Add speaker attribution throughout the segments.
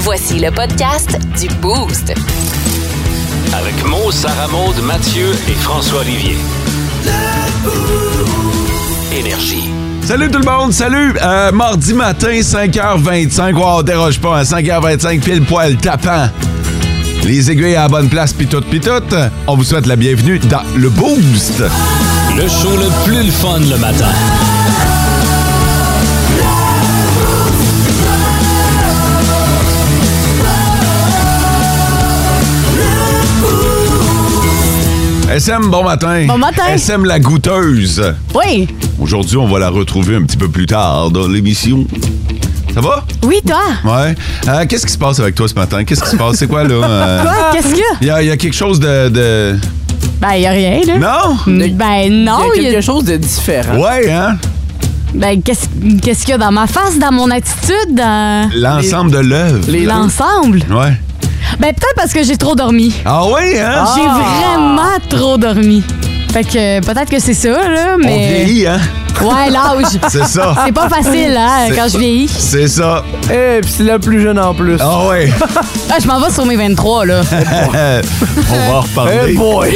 Speaker 1: Voici le podcast du Boost.
Speaker 2: Avec Mo, Sarah Maud, Mathieu et François Olivier. Énergie.
Speaker 3: Salut tout le monde, salut! Euh, mardi matin, 5h25. Wow, on déroge pas, hein, 5h25, pile poil tapant. Les aiguilles à la bonne place, pis tout, pis tout. On vous souhaite la bienvenue dans le Boost.
Speaker 2: Le show le plus le fun le matin.
Speaker 3: SM, bon matin.
Speaker 4: Bon matin.
Speaker 3: SM, la goûteuse.
Speaker 4: Oui,
Speaker 3: Aujourd'hui, on va la retrouver un petit peu plus tard dans l'émission. Ça va?
Speaker 4: oui, toi.
Speaker 3: Ouais. Euh, Qu'est-ce qui se passe avec toi ce matin? Qu'est-ce qui se passe? C'est quoi, là? euh?
Speaker 4: Quoi? Qu'est-ce qu'il y a?
Speaker 3: Il y, a- y a quelque chose de. de-
Speaker 4: Ben, il a rien, là.
Speaker 3: Non?
Speaker 4: Ben, non.
Speaker 5: Il y
Speaker 4: y
Speaker 5: a
Speaker 4: a-
Speaker 5: quelque chose de différent.
Speaker 3: Ouais, hein?
Speaker 4: Ben, qu'est-ce qu'est-ce qu'il y a dans ma face, dans mon attitude, dans
Speaker 3: L'ensemble de l'œuvre.
Speaker 5: Les-
Speaker 4: l'ensemble?
Speaker 3: Ouais.
Speaker 4: Ben, peut-être parce que j'ai trop dormi.
Speaker 3: Ah oui, hein?
Speaker 4: J'ai vraiment trop dormi. Fait que euh, peut-être que c'est ça, là,
Speaker 3: On
Speaker 4: mais.
Speaker 3: vieillit, hein?
Speaker 4: Ouais, l'âge.
Speaker 3: C'est ça.
Speaker 4: C'est pas facile, hein,
Speaker 3: C'est
Speaker 4: quand je
Speaker 3: ça.
Speaker 4: vieillis.
Speaker 3: C'est ça.
Speaker 5: Eh, puis c'est la plus jeune en plus.
Speaker 3: Ah ouais.
Speaker 4: Ah, je m'en vais sur mes 23, là.
Speaker 3: On va en
Speaker 5: Eh
Speaker 3: reparler.
Speaker 5: boy!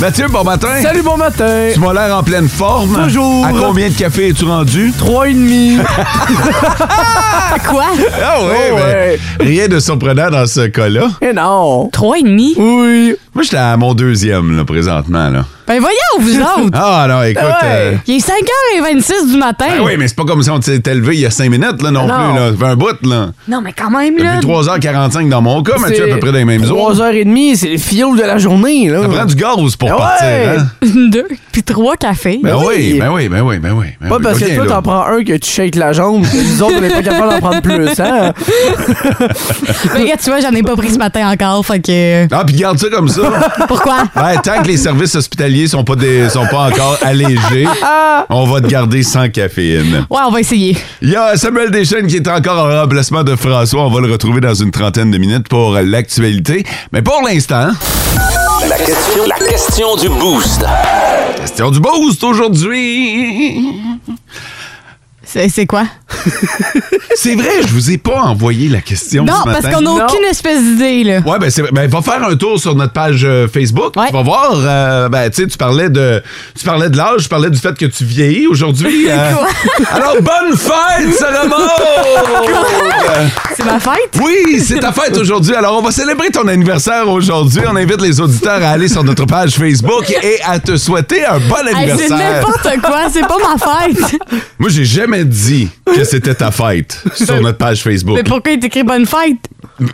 Speaker 3: Mathieu, bon matin.
Speaker 5: Salut, bon matin!
Speaker 3: Tu m'as l'air en pleine forme.
Speaker 5: Toujours.
Speaker 3: À combien de café es-tu rendu?
Speaker 5: Trois et demi.
Speaker 4: À quoi?
Speaker 3: Ah oui,
Speaker 5: Oh,
Speaker 3: mais rien de surprenant dans ce cas-là.
Speaker 5: Eh non!
Speaker 4: Trois et demi?
Speaker 5: Oui!
Speaker 3: Moi, j'étais à mon deuxième, là, présentement, là.
Speaker 4: Ben, voyons, vous autres.
Speaker 3: Ah non, écoute...
Speaker 5: Ouais.
Speaker 3: euh,
Speaker 4: Il est 5h26 du matin.
Speaker 3: ben oui, mais c'est pas comme si on s'est élevé il y a cinq minutes, là, non,
Speaker 5: Non.
Speaker 3: plus, là. Ça fait un bout, là.
Speaker 4: Non, mais quand même,
Speaker 3: Depuis
Speaker 4: là.
Speaker 3: 3h45 dans mon cas, Mathieu, à peu près dans les mêmes zones.
Speaker 5: 3h30, c'est le fioul de la journée, là.
Speaker 3: Ça
Speaker 4: Hum.
Speaker 3: prend du gaz pour
Speaker 4: Ben
Speaker 5: Ah ouais.
Speaker 3: partir, hein?
Speaker 4: Deux, puis trois cafés.
Speaker 3: Ben
Speaker 5: oui.
Speaker 3: oui, ben oui, ben oui, ben oui. ben
Speaker 5: Pas
Speaker 3: oui.
Speaker 5: parce que
Speaker 3: Reviens,
Speaker 5: toi,
Speaker 3: là.
Speaker 5: t'en prends un que tu shakes la jambe, que nous autres, on n'est pas capable d'en prendre plus, hein?
Speaker 4: Ben, regarde, tu vois, j'en ai pas pris ce matin encore, fait que...
Speaker 3: Ah, puis garde ça comme ça.
Speaker 4: Pourquoi?
Speaker 3: Ouais, tant que les services hospitaliers sont pas des, sont pas encore allégés,
Speaker 4: Ah.
Speaker 3: on va te garder sans caféine.
Speaker 4: Ouais, on va essayer.
Speaker 3: Il y a Samuel Deschênes qui est encore en remplacement de François. On va le retrouver dans une trentaine de minutes pour l'actualité. Mais pour l'instant,
Speaker 2: La question, la question du boost.
Speaker 3: question du boost aujourd'hui.
Speaker 4: C'est c'est quoi?
Speaker 3: C'est vrai, je vous ai pas envoyé la question
Speaker 4: Non,
Speaker 3: ce matin.
Speaker 4: parce qu'on a
Speaker 5: Non.
Speaker 4: aucune espèce d'idée, là.
Speaker 3: Ouais, ben, c'est, ben, va faire un tour sur notre page euh, Facebook.
Speaker 4: Ouais.
Speaker 3: Tu vas voir. euh, ben, tu sais, tu parlais de, tu parlais de l'âge, tu parlais du fait que tu vieillis aujourd'hui. euh. alors, bonne fête, Sarah Maud!
Speaker 4: C'est ma fête?
Speaker 3: Oui, c'est ta fête aujourd'hui. Alors, on va célébrer ton anniversaire aujourd'hui. On invite les auditeurs à aller sur notre page Facebook et à te souhaiter un bon
Speaker 4: Hey, Ah, c'est
Speaker 3: anniversaire.
Speaker 4: n'importe quoi, c'est pas ma fête.
Speaker 3: Moi, j'ai jamais dit que c'était ta fête sur
Speaker 4: Ben,
Speaker 3: notre page Facebook.
Speaker 4: Mais pourquoi il t'écrit bonne fête?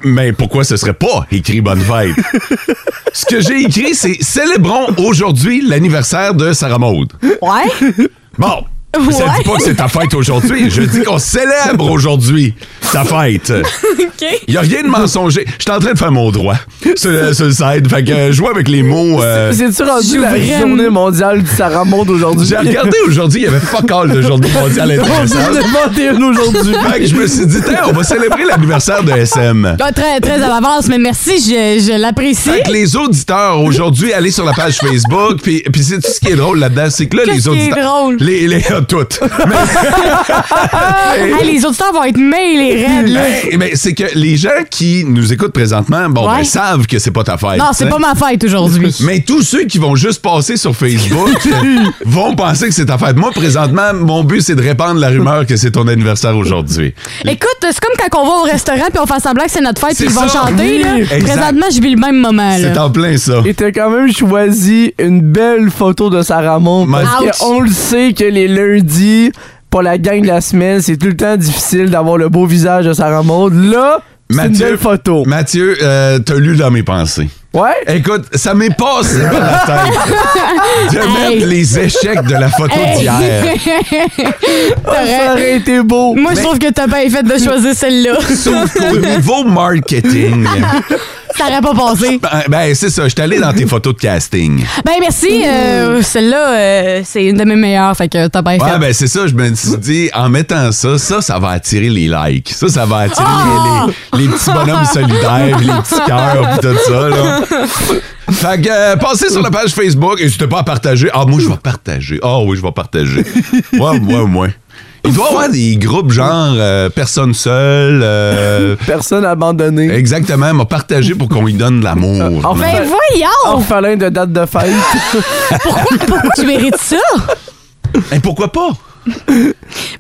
Speaker 3: Mais pourquoi ce serait pas écrit bonne fête? Ce que j'ai écrit, c'est célébrons aujourd'hui l'anniversaire de Sarah Maud.
Speaker 4: Ouais?
Speaker 3: Bon. Ça
Speaker 4: Ouais.
Speaker 3: dit pas que c'est ta fête aujourd'hui. Je dis qu'on célèbre aujourd'hui ta fête.
Speaker 4: OK.
Speaker 3: Il a rien de mensonger. Je suis en train de faire mon droit sur, sur le site. Fait que euh, je vois avec les mots. euh,
Speaker 5: C'est-tu rendu la
Speaker 4: Souveraine.
Speaker 5: journée mondiale du Saramonde aujourd'hui?
Speaker 3: J'ai regardé aujourd'hui, il y avait fuck all de journée mondiale
Speaker 5: On
Speaker 3: intéressante.
Speaker 5: s'en est inventé une aujourd'hui.
Speaker 3: Fait que je me suis dit, Tiens, on va célébrer l'anniversaire de SM.
Speaker 4: Là, Ah, très, très à l'avance, mais merci, je, je l'apprécie.
Speaker 3: Fait que les auditeurs aujourd'hui, allez sur la page Facebook, puis puis c'est tout ce qui est drôle là-dedans, c'est que là les
Speaker 4: Qu'est-ce qui est
Speaker 3: auditeurs,
Speaker 4: drôle?
Speaker 3: les les ah, toutes.
Speaker 4: Ah, Hey, les auditeurs vont être mailés raides, là.
Speaker 3: mais mais c'est que les gens qui nous écoutent présentement, bon,
Speaker 4: Ouais.
Speaker 3: ben, savent que c'est pas ta fête.
Speaker 4: Non, c'est
Speaker 3: hein.
Speaker 4: pas ma fête aujourd'hui.
Speaker 3: Mais tous ceux qui vont juste passer sur Facebook euh, vont penser que c'est ta fête. Moi, présentement, mon but, c'est de répandre la rumeur que c'est ton anniversaire aujourd'hui.
Speaker 4: Écoute, c'est comme quand on va au restaurant puis on fait semblant que c'est notre fête
Speaker 3: C'est
Speaker 4: puis ils vont
Speaker 3: ça,
Speaker 4: chanter.
Speaker 3: oui.
Speaker 4: Là.
Speaker 3: Exact.
Speaker 4: Présentement, je vis le même moment.
Speaker 3: C'est
Speaker 4: Là.
Speaker 3: en plein ça.
Speaker 5: Et t'as quand même choisi une belle photo de Sarah Maud.
Speaker 3: Ma-
Speaker 5: Parce
Speaker 4: Ouch.
Speaker 5: qu'on le sait que les lundis, pour la gang de la semaine, c'est tout le temps difficile d'avoir le beau visage de Sarah Maud. Là, c'est une belle photo.
Speaker 3: Mathieu, euh, t'as lu dans mes pensées.
Speaker 5: Ouais?
Speaker 3: Écoute, ça m'est passé par la tête de
Speaker 4: Hey.
Speaker 3: mettre les échecs de la photo
Speaker 4: Hey.
Speaker 3: d'hier. Ah,
Speaker 5: Ça aurait été beau.
Speaker 4: Moi, je trouve que t'as bien fait de choisir celle-là.
Speaker 3: Sauf qu'au niveau marketing,
Speaker 4: Ça aurait pas passé.
Speaker 3: ben, ben, c'est ça, je suis allé dans tes photos de casting.
Speaker 4: Ben merci. euh, celle-là, euh, c'est une de mes meilleures. Fait que t'as bien fait.
Speaker 3: Ouais, ben c'est ça, je me suis dit, en mettant ça, ça, ça va attirer les likes. Ça, ça va attirer
Speaker 4: Ah!
Speaker 3: les, les- les petits bonhommes solidaires, puis les petits cœurs, puis tout ça, là. Fait que, euh, passez sur la page Facebook, et si t'as pas à partager, ah, moi, je vais partager. Ah oui, je vais partager. Ouais, moi, moi. Il doit y avoir des groupes genre euh, personne seule. euh,
Speaker 5: Personne abandonnée.
Speaker 3: exactement, m'a partagé pour qu'on lui donne de l'amour.
Speaker 5: Enfin,
Speaker 4: Ben voyons!
Speaker 5: orphelin de date de fête.
Speaker 4: Pourquoi tu mérites ça?
Speaker 3: Et Ben, pourquoi pas?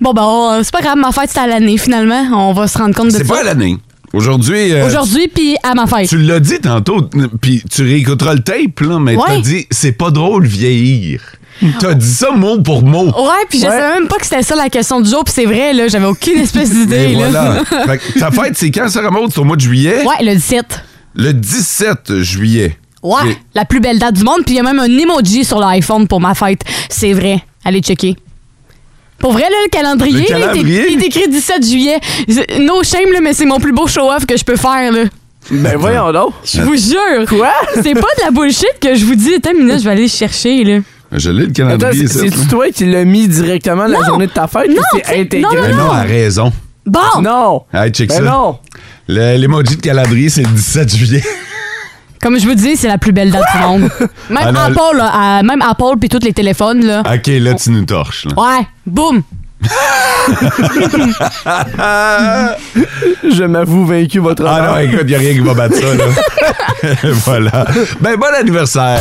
Speaker 4: Bon, ben, on- c'est pas grave, ma fête, c'est à l'année, finalement. On va se rendre compte de ça.
Speaker 3: C'est pas à l'année. Aujourd'hui, euh,
Speaker 4: Aujourd'hui, puis à ma fête.
Speaker 3: tu l'as dit tantôt, puis tu réécouteras le tape, là, mais t'as
Speaker 4: Ouais.
Speaker 3: dit c'est pas drôle vieillir. T'as dit ça mot pour mot.
Speaker 4: Ouais, puis je
Speaker 5: Ouais.
Speaker 4: savais même pas que c'était ça la question du jour, puis c'est vrai, là, j'avais aucune espèce
Speaker 3: Mais
Speaker 4: d'idée, là.
Speaker 3: voilà. Fait que ta fête, c'est quand, Sarah Maud? C'est au mois de juillet?
Speaker 4: Ouais, le 17.
Speaker 3: Le 17 juillet.
Speaker 4: Ouais,
Speaker 3: Ok.
Speaker 4: la plus belle date du monde, puis il y a même un emoji sur l'iPhone pour ma fête. C'est vrai. Allez checker. Pour vrai, là, le calendrier,
Speaker 3: Le
Speaker 4: là, il est-
Speaker 3: calendrier?
Speaker 4: il est écrit 17 juillet. C'est- No shame, là, mais c'est mon plus beau show-off que je peux faire, là.
Speaker 5: ben voyons donc.
Speaker 4: Je
Speaker 3: Euh,
Speaker 4: vous jure. Quoi? C'est pas de la bullshit que je vous dis. Attends une minute, je vais aller chercher, là.
Speaker 3: Je l'ai, le
Speaker 5: Attends,
Speaker 3: calendrier.
Speaker 5: c'est-
Speaker 3: ça.
Speaker 5: c'est-tu toi qui l'as mis directement la
Speaker 4: Non.
Speaker 5: journée de ta fête?
Speaker 4: Non,
Speaker 5: puis
Speaker 4: c'est-
Speaker 5: c'est intégré.
Speaker 3: Mais Ben non, elle a raison.
Speaker 4: Bon!
Speaker 5: Non.
Speaker 3: Hey, check
Speaker 5: Ben
Speaker 3: ça.
Speaker 5: non.
Speaker 3: Le- L'emoji de calendrier, c'est le 17 juillet.
Speaker 4: Comme je vous dis, c'est la plus belle date du monde. Même
Speaker 3: Ah non, elle-
Speaker 4: Apple, là, euh, même Apple puis tous les téléphones, là.
Speaker 3: OK, là, tu nous torches. là.
Speaker 4: Ouais, boum!
Speaker 5: Je m'avoue vaincu votre
Speaker 3: Ah
Speaker 5: honneur.
Speaker 3: non, écoute, il a rien qui va battre ça. Là. voilà. Ben, bon anniversaire.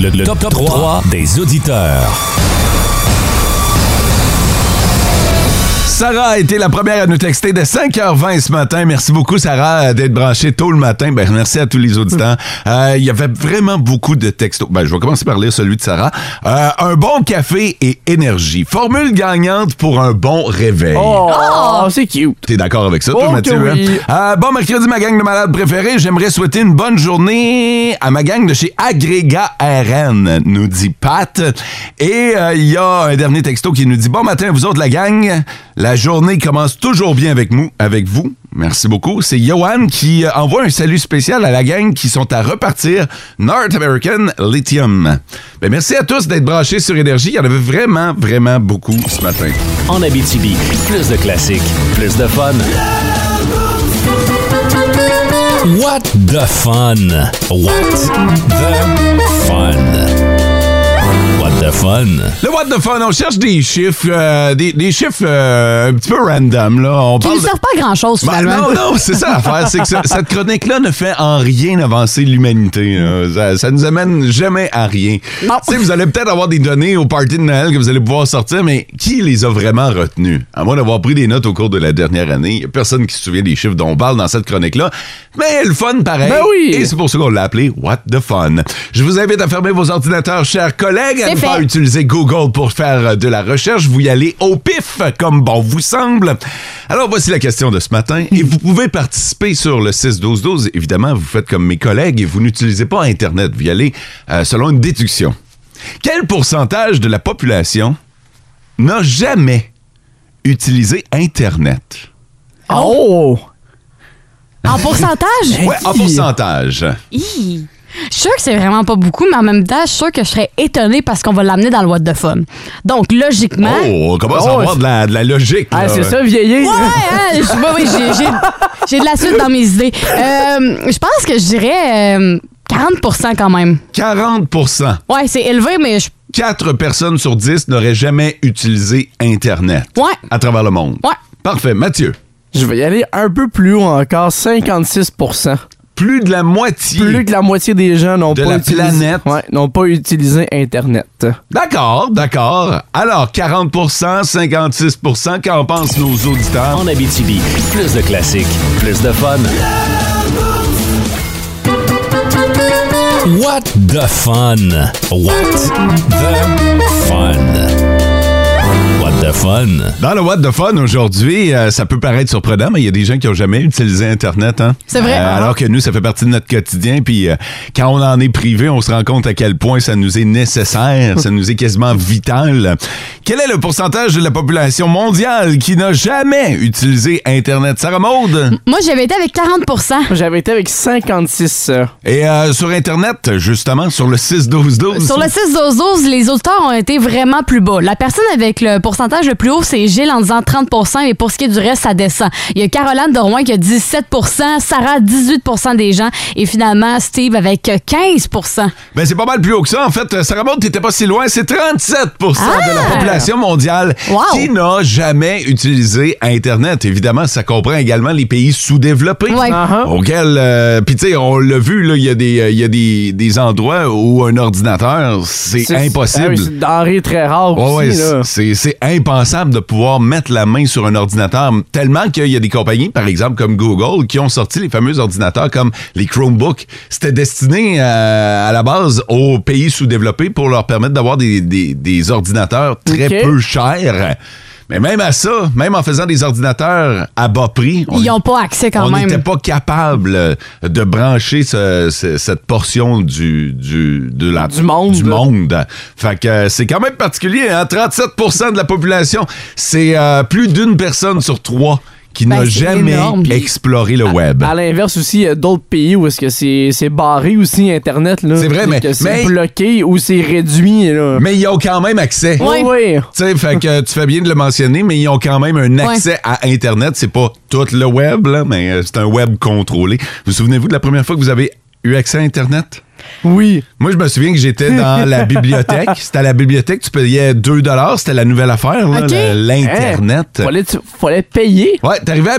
Speaker 2: Le, le top, 3, des auditeurs.
Speaker 3: Sarah a été la première à nous texter dès 5h20 ce matin. Merci beaucoup, Sarah, euh, d'être branchée tôt le matin. Ben, merci à tous les auditeurs. Euh, Il y avait vraiment beaucoup de textos. Ben, je vais commencer par lire celui de Sarah. Euh, un bon café et énergie. Formule gagnante pour un bon réveil.
Speaker 5: Oh, c'est cute.
Speaker 3: Ah, T'es d'accord avec ça, toi,
Speaker 5: Oh que
Speaker 3: Mathieu? hein?
Speaker 5: oui.
Speaker 3: Euh, bon mercredi, ma gang de malades préférés. J'aimerais souhaiter une bonne journée à ma gang de chez Agrégat RN, nous dit Pat. Et euh, il y a un dernier texto qui nous dit Bon matin, vous autres, la gang. La journée commence toujours bien avec, nous, avec vous. Merci beaucoup. C'est Johan qui euh, envoie un salut spécial à la gang qui sont à repartir North American Lithium. Ben, merci à tous d'être branchés sur Énergie. Il y en avait vraiment, vraiment beaucoup ce matin.
Speaker 2: En Abitibi, plus de classiques, plus de fun. What the fun? What the fun? What the fun?
Speaker 3: Le What the Fun, on cherche des chiffres, euh, des, des chiffres euh, un petit peu random. Là. On
Speaker 4: Qui ne
Speaker 3: parle de-
Speaker 4: servent pas à grand-chose,
Speaker 3: Ben,
Speaker 4: finalement.
Speaker 3: non, non, c'est ça l'affaire. C'est que ce- cette chronique-là ne fait en rien avancer l'humanité. là. Ça, ça nous amène jamais à rien.
Speaker 4: Non.
Speaker 3: Tu sais, Vous allez peut-être avoir des données au party de Noël que vous allez pouvoir sortir, mais qui les a vraiment retenues? À moins d'avoir pris des notes au cours de la dernière année, y a personne qui se souvient des chiffres dont on parle dans cette chronique-là. Mais le fun, pareil.
Speaker 5: Ben oui.
Speaker 3: Et c'est pour ça qu'on l'a appelé What the Fun. Je vous invite à fermer vos ordinateurs, chers collègues, à
Speaker 4: C'est
Speaker 3: ne pas
Speaker 4: fait.
Speaker 3: utiliser Google pour faire euh, de la recherche. Vous y allez au pif, comme bon vous semble. Alors, voici la question de ce matin. Et vous pouvez participer sur le 6-12-12. Évidemment, vous faites comme mes collègues et vous n'utilisez pas Internet. Vous y allez euh, selon une déduction. Quel pourcentage de la population n'a jamais utilisé Internet?
Speaker 5: Oh.
Speaker 4: En pourcentage?
Speaker 3: Ouais, en pourcentage.
Speaker 4: Hi. Je suis sûre que c'est vraiment pas beaucoup, mais en même temps, je suis sûre que je serais étonnée parce qu'on va l'amener dans le What the Fun. Donc, logiquement.
Speaker 3: Oh, on commence à
Speaker 5: Oh,
Speaker 3: avoir de la, de la logique.
Speaker 5: Ah,
Speaker 3: là.
Speaker 5: c'est ça, vieillir.
Speaker 4: Ouais, hein, je sais pas, oui, j'ai- j'ai- j'ai de la suite dans mes idées. Euh, je pense que je dirais euh, 40 quand même.
Speaker 3: 40
Speaker 4: Ouais, c'est élevé, mais je.
Speaker 3: 4 personnes sur 10 n'auraient jamais utilisé Internet
Speaker 4: Ouais.
Speaker 3: à travers le monde.
Speaker 4: Ouais.
Speaker 3: Parfait. Mathieu,
Speaker 5: Je vais y aller un peu plus haut encore, 56
Speaker 3: plus de la moitié.
Speaker 5: Plus que la moitié des gens n'ont
Speaker 3: De
Speaker 5: pas
Speaker 3: la
Speaker 5: utilisé,
Speaker 3: planète.
Speaker 5: Ouais, n'ont pas utilisé Internet.
Speaker 3: D'accord, d'accord. Alors, 40 56 qu'en pensent nos auditeurs?
Speaker 2: En Abitibi, plus de classiques, plus de fun. What the fun? What the fun? What the fun?
Speaker 3: Dans le What the Fun aujourd'hui, euh, ça peut paraître surprenant, mais il y a des gens qui n'ont jamais utilisé Internet. Hein?
Speaker 4: C'est vrai.
Speaker 3: alors que nous, ça fait partie de notre quotidien. Puis euh, quand on en est privé, on se rend compte à quel point ça nous est nécessaire, ça nous est quasiment vital. Quel est le pourcentage de la population mondiale qui n'a jamais utilisé Internet? Sarah Maude?
Speaker 4: Moi, j'avais été avec 40
Speaker 5: J'avais été avec 56. euh,
Speaker 3: Et euh, sur Internet, justement, sur le 6-12-12.
Speaker 4: Sur le 6 12 les auteurs ont été vraiment plus bas. La personne avec le pourcentage le le plus haut, c'est Gilles en disant 30 mais pour ce qui est du reste, ça descend. Il y a Caroline Drouin qui a 17 Sarah, 18 des gens. Et finalement, Steve avec 15
Speaker 3: Ben, c'est pas mal plus haut que ça. En fait, euh, Sarah Maud, t'étais pas si loin. C'est 37 de la
Speaker 4: Ah!
Speaker 3: population mondiale
Speaker 4: Wow!
Speaker 3: qui n'a jamais utilisé Internet. Évidemment, ça comprend également les pays sous-développés.
Speaker 4: Ouais.
Speaker 5: Ah, ah.
Speaker 3: Auquel, euh, puis tu sais, on l'a vu, là, il y a, des, euh, il y a des, des endroits où un ordinateur, c'est
Speaker 5: C'est- Ah
Speaker 3: impossible.
Speaker 5: oui, c'est denrée très rare
Speaker 3: Ouais, ouais,
Speaker 5: aussi, là.
Speaker 3: c'est- c'est c'est impensable de pouvoir mettre la main sur un ordinateur tellement qu'il y a des compagnies, par exemple comme Google, qui ont sorti les fameux ordinateurs comme les Chromebooks. C'était destiné euh, à la base aux pays sous-développés pour leur permettre d'avoir des, des- des ordinateurs très
Speaker 5: Ok.
Speaker 3: peu chers. Mais même à ça, même en faisant des ordinateurs à bas prix, on
Speaker 4: Ils n'ont pas accès quand
Speaker 3: on
Speaker 4: même.
Speaker 3: n'était pas capable euh, de brancher ce- ce- cette portion du, du, de la,
Speaker 5: Du monde.
Speaker 3: monde. Fait que euh, c'est quand même particulier. Hein? 37 de la population, c'est euh, plus d'une personne sur trois Ben. qui
Speaker 4: Ben,
Speaker 3: n'a
Speaker 4: c'est
Speaker 3: jamais
Speaker 4: énorme. Ah.
Speaker 3: exploré le web.
Speaker 5: À l'inverse aussi, il y a d'autres pays où est-ce que c'est c'est barré aussi Internet. là.
Speaker 3: C'est vrai, mais-
Speaker 5: Que c'est
Speaker 3: mais-
Speaker 5: bloqué ou c'est réduit. Là.
Speaker 3: Mais ils ont quand même accès.
Speaker 5: Oui, oui.
Speaker 3: Tu sais, fait que tu fais bien de le mentionner, mais ils ont quand même un accès à Internet. C'est pas tout le web, là, mais euh, c'est un web contrôlé. Vous, vous souvenez-vous de la première fois que vous avez eu accès à Internet?
Speaker 5: Oui.
Speaker 3: Moi, je me souviens que j'étais dans la bibliothèque. C'était à la bibliothèque, tu payais 2 C'était la nouvelle affaire, là,
Speaker 4: Ok.
Speaker 3: le- l'Internet.
Speaker 5: Hein? Fallait, tu- fallait payer.
Speaker 3: Ouais, t'arrivais à la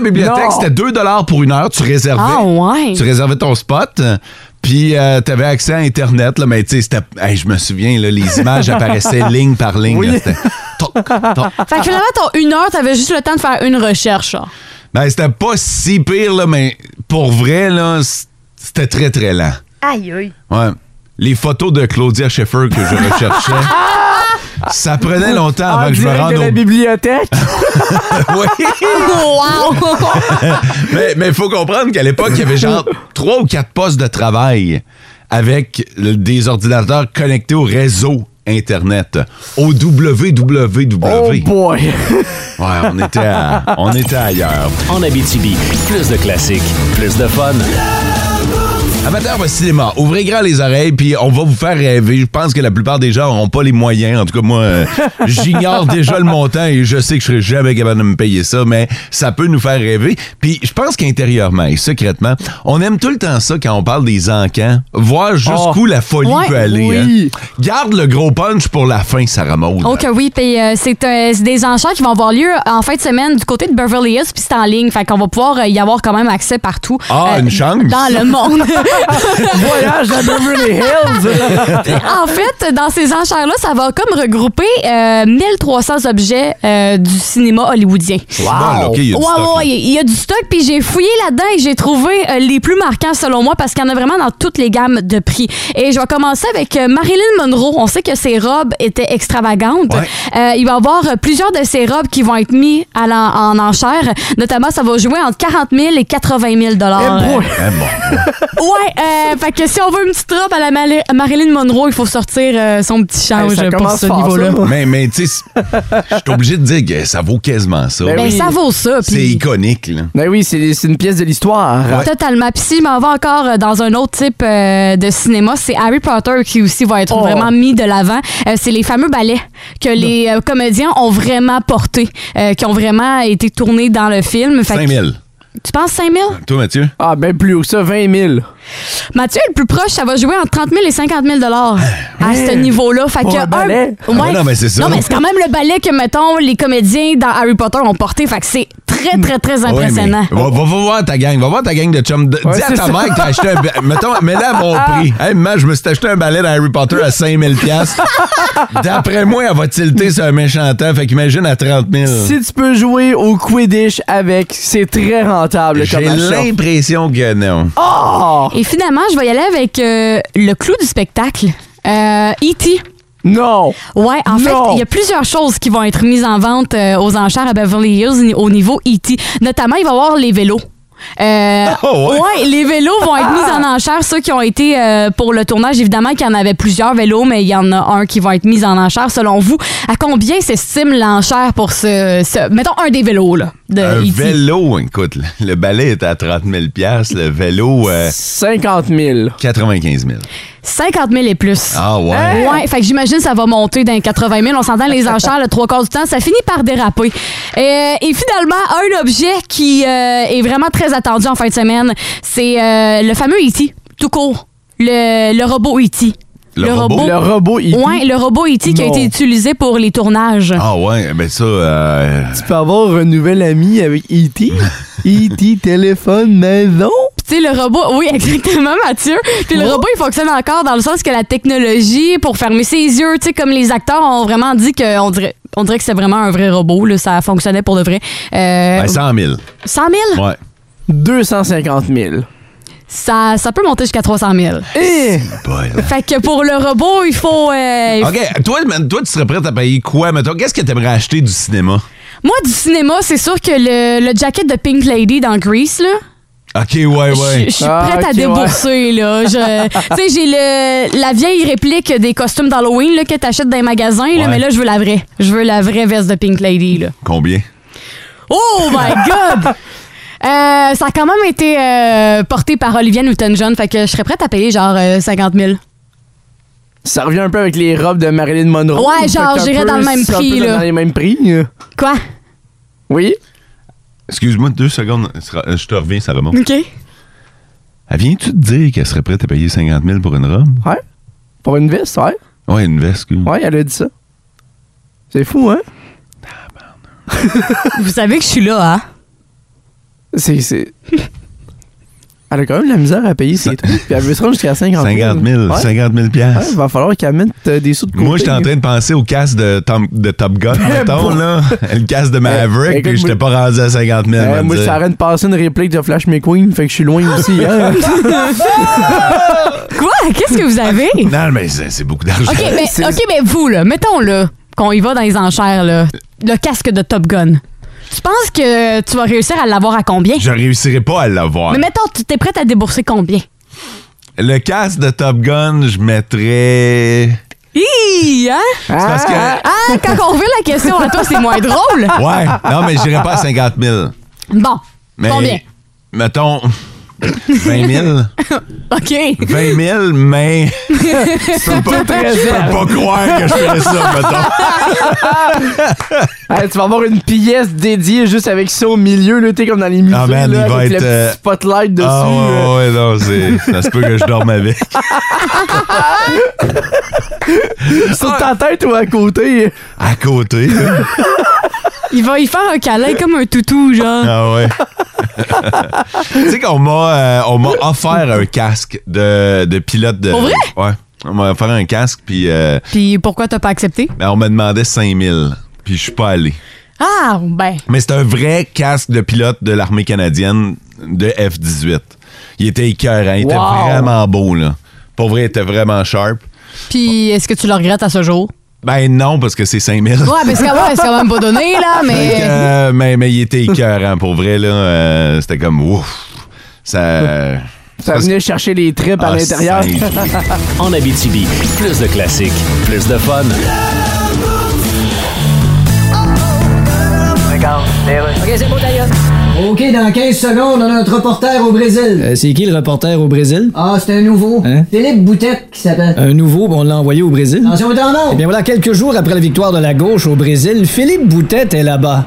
Speaker 5: Non.
Speaker 3: bibliothèque, c'était 2 pour une heure. Tu réservais.
Speaker 4: Ah ouais.
Speaker 3: Tu réservais ton spot. euh, Puis, euh, t'avais accès à Internet. Là, mais, tu sais, c'était. Hey, je me souviens, là, les images apparaissaient ligne par ligne. là, c'était toc, toc.
Speaker 4: Fait que finalement, ton une heure, t'avais juste le temps de faire une recherche. genre.
Speaker 3: Ben, c'était pas si pire, là, mais pour vrai, là, c- c'était très, très lent. Aïe, aïe. Ouais. Les photos de Claudia Schiffer que je recherchais, ça prenait longtemps avant
Speaker 5: En
Speaker 3: que je me
Speaker 5: direct
Speaker 3: rende
Speaker 5: de la
Speaker 3: au...
Speaker 5: bibliothèque.
Speaker 3: Oui.
Speaker 4: Wow!
Speaker 3: mais il faut comprendre qu'à l'époque, il y avait genre trois ou quatre postes de travail avec le- des ordinateurs connectés au réseau Internet, au WWW.
Speaker 5: oh boy.
Speaker 3: ouais, on était, à- on était ailleurs.
Speaker 2: En Abitibi, plus de classiques, plus de fun.
Speaker 3: Amateurs de cinéma, ouvrez grand les oreilles, puis on va vous faire rêver. Je pense que la plupart des gens n'auront pas les moyens. En tout cas, moi, euh, j'ignore déjà le montant et je sais que je serai jamais capable de me payer ça, mais ça peut nous faire rêver. Puis je pense qu'intérieurement et secrètement, on aime tout le temps ça quand on parle des encans, voir jusqu'où la folie
Speaker 4: Ouais,
Speaker 3: peut aller.
Speaker 5: oui.
Speaker 3: hein. Garde le gros punch pour la fin, Sarah Maud.
Speaker 4: Ok, oui. Puis euh, c'est euh, c'est des enchères qui vont avoir lieu en fin de semaine du côté de Beverly Hills, puis c'est en ligne. Fait qu'on va pouvoir euh, y avoir quand même accès partout. euh,
Speaker 3: Ah, une chance.
Speaker 4: Dans le monde.
Speaker 5: Voyage à Beverly Hills.
Speaker 4: Ah, en fait, dans ces enchères-là, ça va comme regrouper euh, 1300 objets euh, du cinéma hollywoodien.
Speaker 3: Bon, là, OK, il y a du
Speaker 4: ouais,
Speaker 3: stock, là.
Speaker 4: ouais, il y a du stock, puis j'ai fouillé là-dedans et j'ai trouvé euh, les plus marquants selon moi parce qu'il y en a vraiment dans toutes les gammes de prix. Et je vais commencer avec euh, Marilyn Monroe. On sait que ses robes étaient extravagantes.
Speaker 3: Ouais.
Speaker 4: Euh, il va y avoir euh, plusieurs de ses robes qui vont être mises à l'en- en enchère. Notamment, ça va jouer entre 40 000 et 80 000 dollars.
Speaker 5: Eh boy.
Speaker 3: Hein, bon.
Speaker 4: Ouais, euh, fait que si on veut une petite robe à la Mali- Marilyn Monroe, il faut sortir euh, son petit change
Speaker 5: Hey, Ben, ça
Speaker 4: pour
Speaker 5: commence
Speaker 4: ce
Speaker 5: fort,
Speaker 4: niveau-là.
Speaker 5: ça.
Speaker 3: mais, mais tu sais, je suis obligé de dire que ça vaut quasiment ça.
Speaker 5: Ben
Speaker 4: Ben,
Speaker 5: oui.
Speaker 4: ça vaut ça. puis-
Speaker 3: C'est iconique, là.
Speaker 5: Ben oui, c'est c'est une pièce de l'histoire.
Speaker 4: Totalement. Puis si je m'en vais encore euh, dans un autre type euh, de cinéma, c'est Harry Potter qui aussi va être
Speaker 5: Oh.
Speaker 4: vraiment mis de l'avant. Euh, c'est les fameux ballets que les euh, comédiens ont vraiment portés, euh, qui ont vraiment été tournés dans le film. Fait que-
Speaker 3: 5000.
Speaker 4: Tu penses 5 000?
Speaker 3: Toi, Mathieu?
Speaker 5: Ah, ben plus haut que ça, 20 000.
Speaker 4: Mathieu, le plus proche, ça va jouer entre 30 000 et 50 000 à ce niveau-là. Fait
Speaker 5: Pour
Speaker 4: que
Speaker 5: un ballet?
Speaker 4: Ouais.
Speaker 3: Ah ouais, non, mais c'est ça.
Speaker 4: Non, mais c'est quand même le ballet que, mettons, les comédiens dans Harry Potter ont porté. Fait que c'est très, très, très impressionnant.
Speaker 3: Ah Ouais, mais va, va- va voir ta gang, va voir ta gang de chums. De-
Speaker 5: Ouais,
Speaker 3: dis à
Speaker 5: c'est
Speaker 3: ta
Speaker 5: ça. Ah.
Speaker 3: mère que t'as acheté un. ba- Mettons, mets-la à mon prix. Hey, maman, je me suis acheté un balai dans Harry Potter à 5000$. piastres. D'après moi, elle va tilter sur un méchant temps. Fait qu'imagine à 30 000.
Speaker 5: Si tu peux jouer au Quidditch avec, c'est très rentable comme
Speaker 3: J'ai
Speaker 5: achat.
Speaker 3: l'impression que non.
Speaker 5: Oh!
Speaker 4: Et finalement, je vais y aller avec euh, le clou du spectacle. Euh, E.T.
Speaker 5: Non!
Speaker 4: Ouais, en fait,
Speaker 5: Non.
Speaker 4: il y a plusieurs choses qui vont être mises en vente euh, aux enchères à Beverly Hills ni- au niveau E.T. Notamment, il va y avoir les vélos. Euh,
Speaker 3: Oh, ouais. Ah!
Speaker 4: les vélos vont être mis en enchère. Ceux qui ont été euh, pour le tournage, évidemment qu'il y en avait plusieurs vélos, mais il y en a un qui va être mis en enchère. Selon vous, à combien s'estime l'enchère pour ce, ce- Mettons un des vélos, là. de
Speaker 5: Euh,
Speaker 4: E
Speaker 3: Un
Speaker 5: E
Speaker 4: E.T.
Speaker 3: vélo, écoute, le- le balai est à 30 000 le vélo, euh,
Speaker 5: 50 000.
Speaker 3: 95 000
Speaker 4: 50 000 et plus.
Speaker 3: Ah ouais?
Speaker 4: Ouais, fait que j'imagine ça va monter d'un 80 000. On s'entend les enchères le trois quarts du temps. Ça finit par déraper. Euh, et finalement, un objet qui euh, est vraiment très attendu en fin de semaine, c'est euh, le fameux E.T., tout court. Le, le robot E.T.
Speaker 3: Le robot?
Speaker 5: Le robot, E il
Speaker 4: Ouais, le robot E.T. qui a
Speaker 5: Non.
Speaker 4: été utilisé pour les tournages.
Speaker 3: Ah ouais, ben ça, euh,
Speaker 5: Tu peux avoir un nouvel ami avec E E.T. E.T. téléphone maison.
Speaker 4: Puis tu sais, le robot, oui, exactement, Mathieu. Puis le
Speaker 5: Oh.
Speaker 4: robot, il fonctionne encore dans le sens que la technologie pour fermer ses yeux, tu sais, comme les acteurs ont vraiment dit que on dirait, on dirait que c'est vraiment un vrai robot, là, ça fonctionnait pour de vrai. Euh,
Speaker 3: ben 100 000
Speaker 4: 100 000?
Speaker 3: ouais.
Speaker 5: 250 000.
Speaker 4: Ça, ça peut monter jusqu'à 300 000.
Speaker 5: Eh!
Speaker 3: Boy, là.
Speaker 4: Fait que pour le robot, il faut... euh, il faut-
Speaker 3: OK, toi, man, toi, tu serais prête à payer quoi, mettons? Qu'est-ce que t'aimerais acheter du cinéma?
Speaker 4: Moi, du cinéma, c'est sûr que le, le jacket de Pink Lady dans Grease, là,
Speaker 3: OK, ouais,
Speaker 4: Je
Speaker 3: ouais.
Speaker 4: je suis
Speaker 5: Ah,
Speaker 4: prête à
Speaker 5: ok,
Speaker 4: débourser, là. Je- tu sais, j'ai le, la vieille réplique des costumes d'Halloween, là, que t'achètes dans les magasins, là,
Speaker 3: Ouais.
Speaker 4: mais là, je veux la vraie. Je veux la vraie veste de Pink Lady, là.
Speaker 3: Combien?
Speaker 4: Oh my God! Euh, ça a quand même été euh, porté par Olivia Newton-John, fait que je serais prête à payer genre euh, 50 000.
Speaker 5: Ça revient un peu avec les robes de Marilyn Monroe.
Speaker 4: Ouais, genre,
Speaker 5: Fait qu'un
Speaker 4: j'irais
Speaker 5: peu-
Speaker 4: dans le même
Speaker 5: c'est un
Speaker 4: prix,
Speaker 5: peu
Speaker 4: là.
Speaker 5: Dans les mêmes prix.
Speaker 4: Quoi?
Speaker 5: Oui?
Speaker 3: Excuse-moi deux secondes, je te reviens, ça remonte.
Speaker 4: OK.
Speaker 3: Viens-tu te dire qu'elle serait prête à payer 50 000 pour une robe?
Speaker 5: Ouais? Pour une veste, ouais?
Speaker 3: Ouais, une veste. excuse.
Speaker 5: Ouais, elle a dit ça. C'est fou, hein?
Speaker 4: Vous savez que je suis là, hein?
Speaker 5: C'est. c'est- elle a quand même de la misère à payer ses trucs. Puis elle veut se rendre jusqu'à 50 000.
Speaker 3: 50 000,
Speaker 5: Ouais.
Speaker 3: 50 000
Speaker 5: Ouais, il va falloir qu'elle mette euh, des sous de côté.
Speaker 3: Moi, j'étais en train de penser au casque de, Tom- de Top Gun, mettons, là. Le casque de Maverick,
Speaker 5: Eh, écoute,
Speaker 3: puis j'étais
Speaker 5: moi-
Speaker 3: pas rendu à 50 000.
Speaker 5: Euh,
Speaker 3: va te
Speaker 5: moi, je suis en
Speaker 3: dire.
Speaker 5: train de passer une réplique de Flash McQueen, fait que je suis loin aussi. hein.
Speaker 4: Quoi? Qu'est-ce que vous avez?
Speaker 3: Non, mais c'est c'est beaucoup d'argent.
Speaker 4: OK, mais,
Speaker 5: C'est-
Speaker 4: ok, mais vous, là, mettons là, qu'on y va dans les enchères, là, le casque de Top Gun. Tu penses que tu vas réussir à l'avoir à combien?
Speaker 3: Je réussirais pas à l'avoir.
Speaker 4: Mais mettons, tu t'es prête à débourser combien?
Speaker 3: Le casque de Top Gun, je mettrais.
Speaker 4: Hi, hein?
Speaker 5: Ah,
Speaker 3: C'est parce que.
Speaker 4: Ah, quand on revient la question à toi, c'est moins drôle.
Speaker 3: Ouais, non, mais j'irais pas à 50 000.
Speaker 4: Bon,
Speaker 3: Mais,
Speaker 4: combien?
Speaker 3: Mettons. 20 000.
Speaker 4: OK.
Speaker 3: 20 000, mais. je peux pas, je peux pas croire que je ferais ça, mettons.
Speaker 5: ah, tu vas avoir une pièce dédiée juste avec ça au milieu, là, t'es comme dans les musées,
Speaker 3: Ah, man,
Speaker 5: là,
Speaker 3: il va
Speaker 5: avec
Speaker 3: être,
Speaker 5: le
Speaker 3: euh,
Speaker 5: petit spotlight dessus. euh.
Speaker 3: Ah,
Speaker 5: là.
Speaker 3: ouais, ouais, non, c'est. Ça se peut que je dorme avec.
Speaker 5: Sur ta tête ou à côté.
Speaker 3: À côté, là.
Speaker 4: Il va y faire un câlin comme un toutou, genre.
Speaker 3: Ah ouais. tu sais qu'on m'a euh, on m'a offert un casque de, de pilote de.
Speaker 4: Pour vrai?
Speaker 3: Ouais. On m'a offert un casque, puis euh,
Speaker 4: Puis pourquoi t'as pas accepté?
Speaker 3: ben, on me demandait 5000. Puis je suis pas allé.
Speaker 4: Ah, ben.
Speaker 3: Mais c'est un vrai casque de pilote de l'armée canadienne de F-18. Il était écœurant. Il était
Speaker 5: Wow.
Speaker 3: vraiment beau, là. Pour vrai, il était vraiment sharp.
Speaker 4: Puis est-ce que tu le regrettes à ce jour?
Speaker 3: Ben non, parce que c'est 5000.
Speaker 4: Ouais, parce que ouais, c'est quand même pas donné, là,
Speaker 3: Fait que,
Speaker 4: mais.
Speaker 3: euh, mais, mais il était écœurant, pour vrai, là. euh, C'était comme ouf. Ça.
Speaker 5: Ça
Speaker 3: Parce-
Speaker 5: venait chercher les tripes à
Speaker 3: Ah,
Speaker 5: l'intérieur.
Speaker 3: c'est-
Speaker 2: En Abitibi, plus de classiques, plus de fun.
Speaker 6: OK, dans 15 secondes, on a notre reporter au Brésil.
Speaker 7: Euh, c'est qui le reporter au Brésil?
Speaker 6: Ah, c'est un nouveau.
Speaker 7: Hein?
Speaker 6: Philippe Boutette qui s'appelle.
Speaker 7: Un nouveau, ben, on l'a envoyé au Brésil.
Speaker 6: Attention au temps
Speaker 7: Eh bien voilà, quelques jours après la victoire de la gauche au Brésil, Philippe Boutette est là-bas.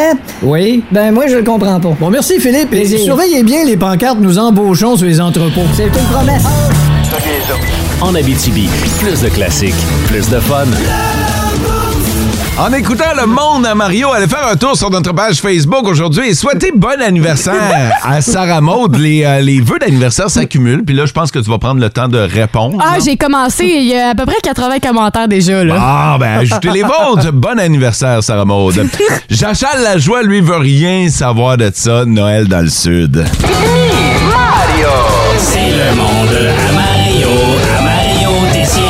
Speaker 7: Oui.
Speaker 8: ben moi, je le comprends pas.
Speaker 7: Bon, merci Philippe. Et
Speaker 8: Plaisir.
Speaker 7: surveillez bien les pancartes Nous embauchons sur les entrepôts.
Speaker 8: C'est une promesse.
Speaker 2: En Abitibi, plus de classiques, plus de fun.
Speaker 3: En écoutant Le Monde à Mario, allez faire un tour sur notre page Facebook aujourd'hui et souhaitez bon anniversaire à Sarah Maud. Les, euh, les vœux d'anniversaire s'accumulent, puis là, je pense que tu vas prendre le temps de répondre.
Speaker 4: Ah,
Speaker 3: non?
Speaker 4: j'ai commencé, il y a à peu près 80 commentaires déjà, là.
Speaker 3: Ah, ben, ajoutez les vôtres. Bon anniversaire, Sarah Maud. Jachal la joie, lui, veut rien savoir de ça. Noël dans le Sud.
Speaker 9: C'est le monde à Mario, à Mario Tessier.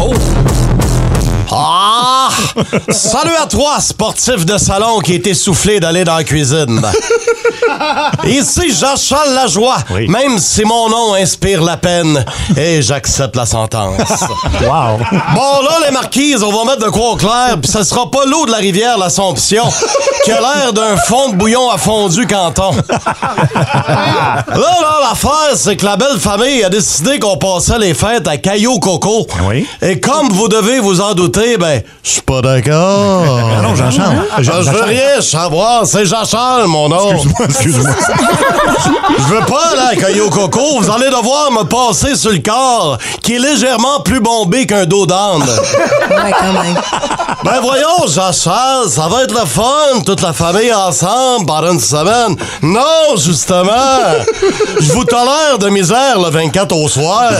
Speaker 9: Oh.
Speaker 10: Ah! Salut à toi, sportif de salon qui est essoufflé d'aller dans la cuisine. Ici Jean-Charles Lajoie. Même si mon nom inspire la peine, et j'accepte la sentence.
Speaker 9: Wow!
Speaker 10: Bon, là, les marquises, on va mettre de quoi au clair, puis ça sera pas l'eau de la rivière, l'Assomption, qui a l'air d'un fond de bouillon à fondu canton. Là, là, l'affaire, c'est que la belle famille a décidé qu'on passait les fêtes à Caillou Coco.
Speaker 9: Oui.
Speaker 10: Et comme vous devez vous en douter, ben, je suis pas d'accord.
Speaker 9: Ah
Speaker 10: Ah,
Speaker 9: non, Jean-Charles.
Speaker 10: Je
Speaker 9: Jean-
Speaker 10: veux
Speaker 9: Jean-Charles.
Speaker 10: rien savoir, c'est Jean-Charles, mon nom.
Speaker 9: Excuse-moi, excuse-moi.
Speaker 10: Je veux pas là, Caillou Coco. Vous allez devoir me passer sur le corps, qui est légèrement plus bombé qu'un dos d'âne.
Speaker 8: Ouais, quand même.
Speaker 10: Ben voyons, Jean-Charles, ça va être le fun, toute la famille ensemble pendant une semaine. Non, justement. Je vous tolère de misère le 24 au soir.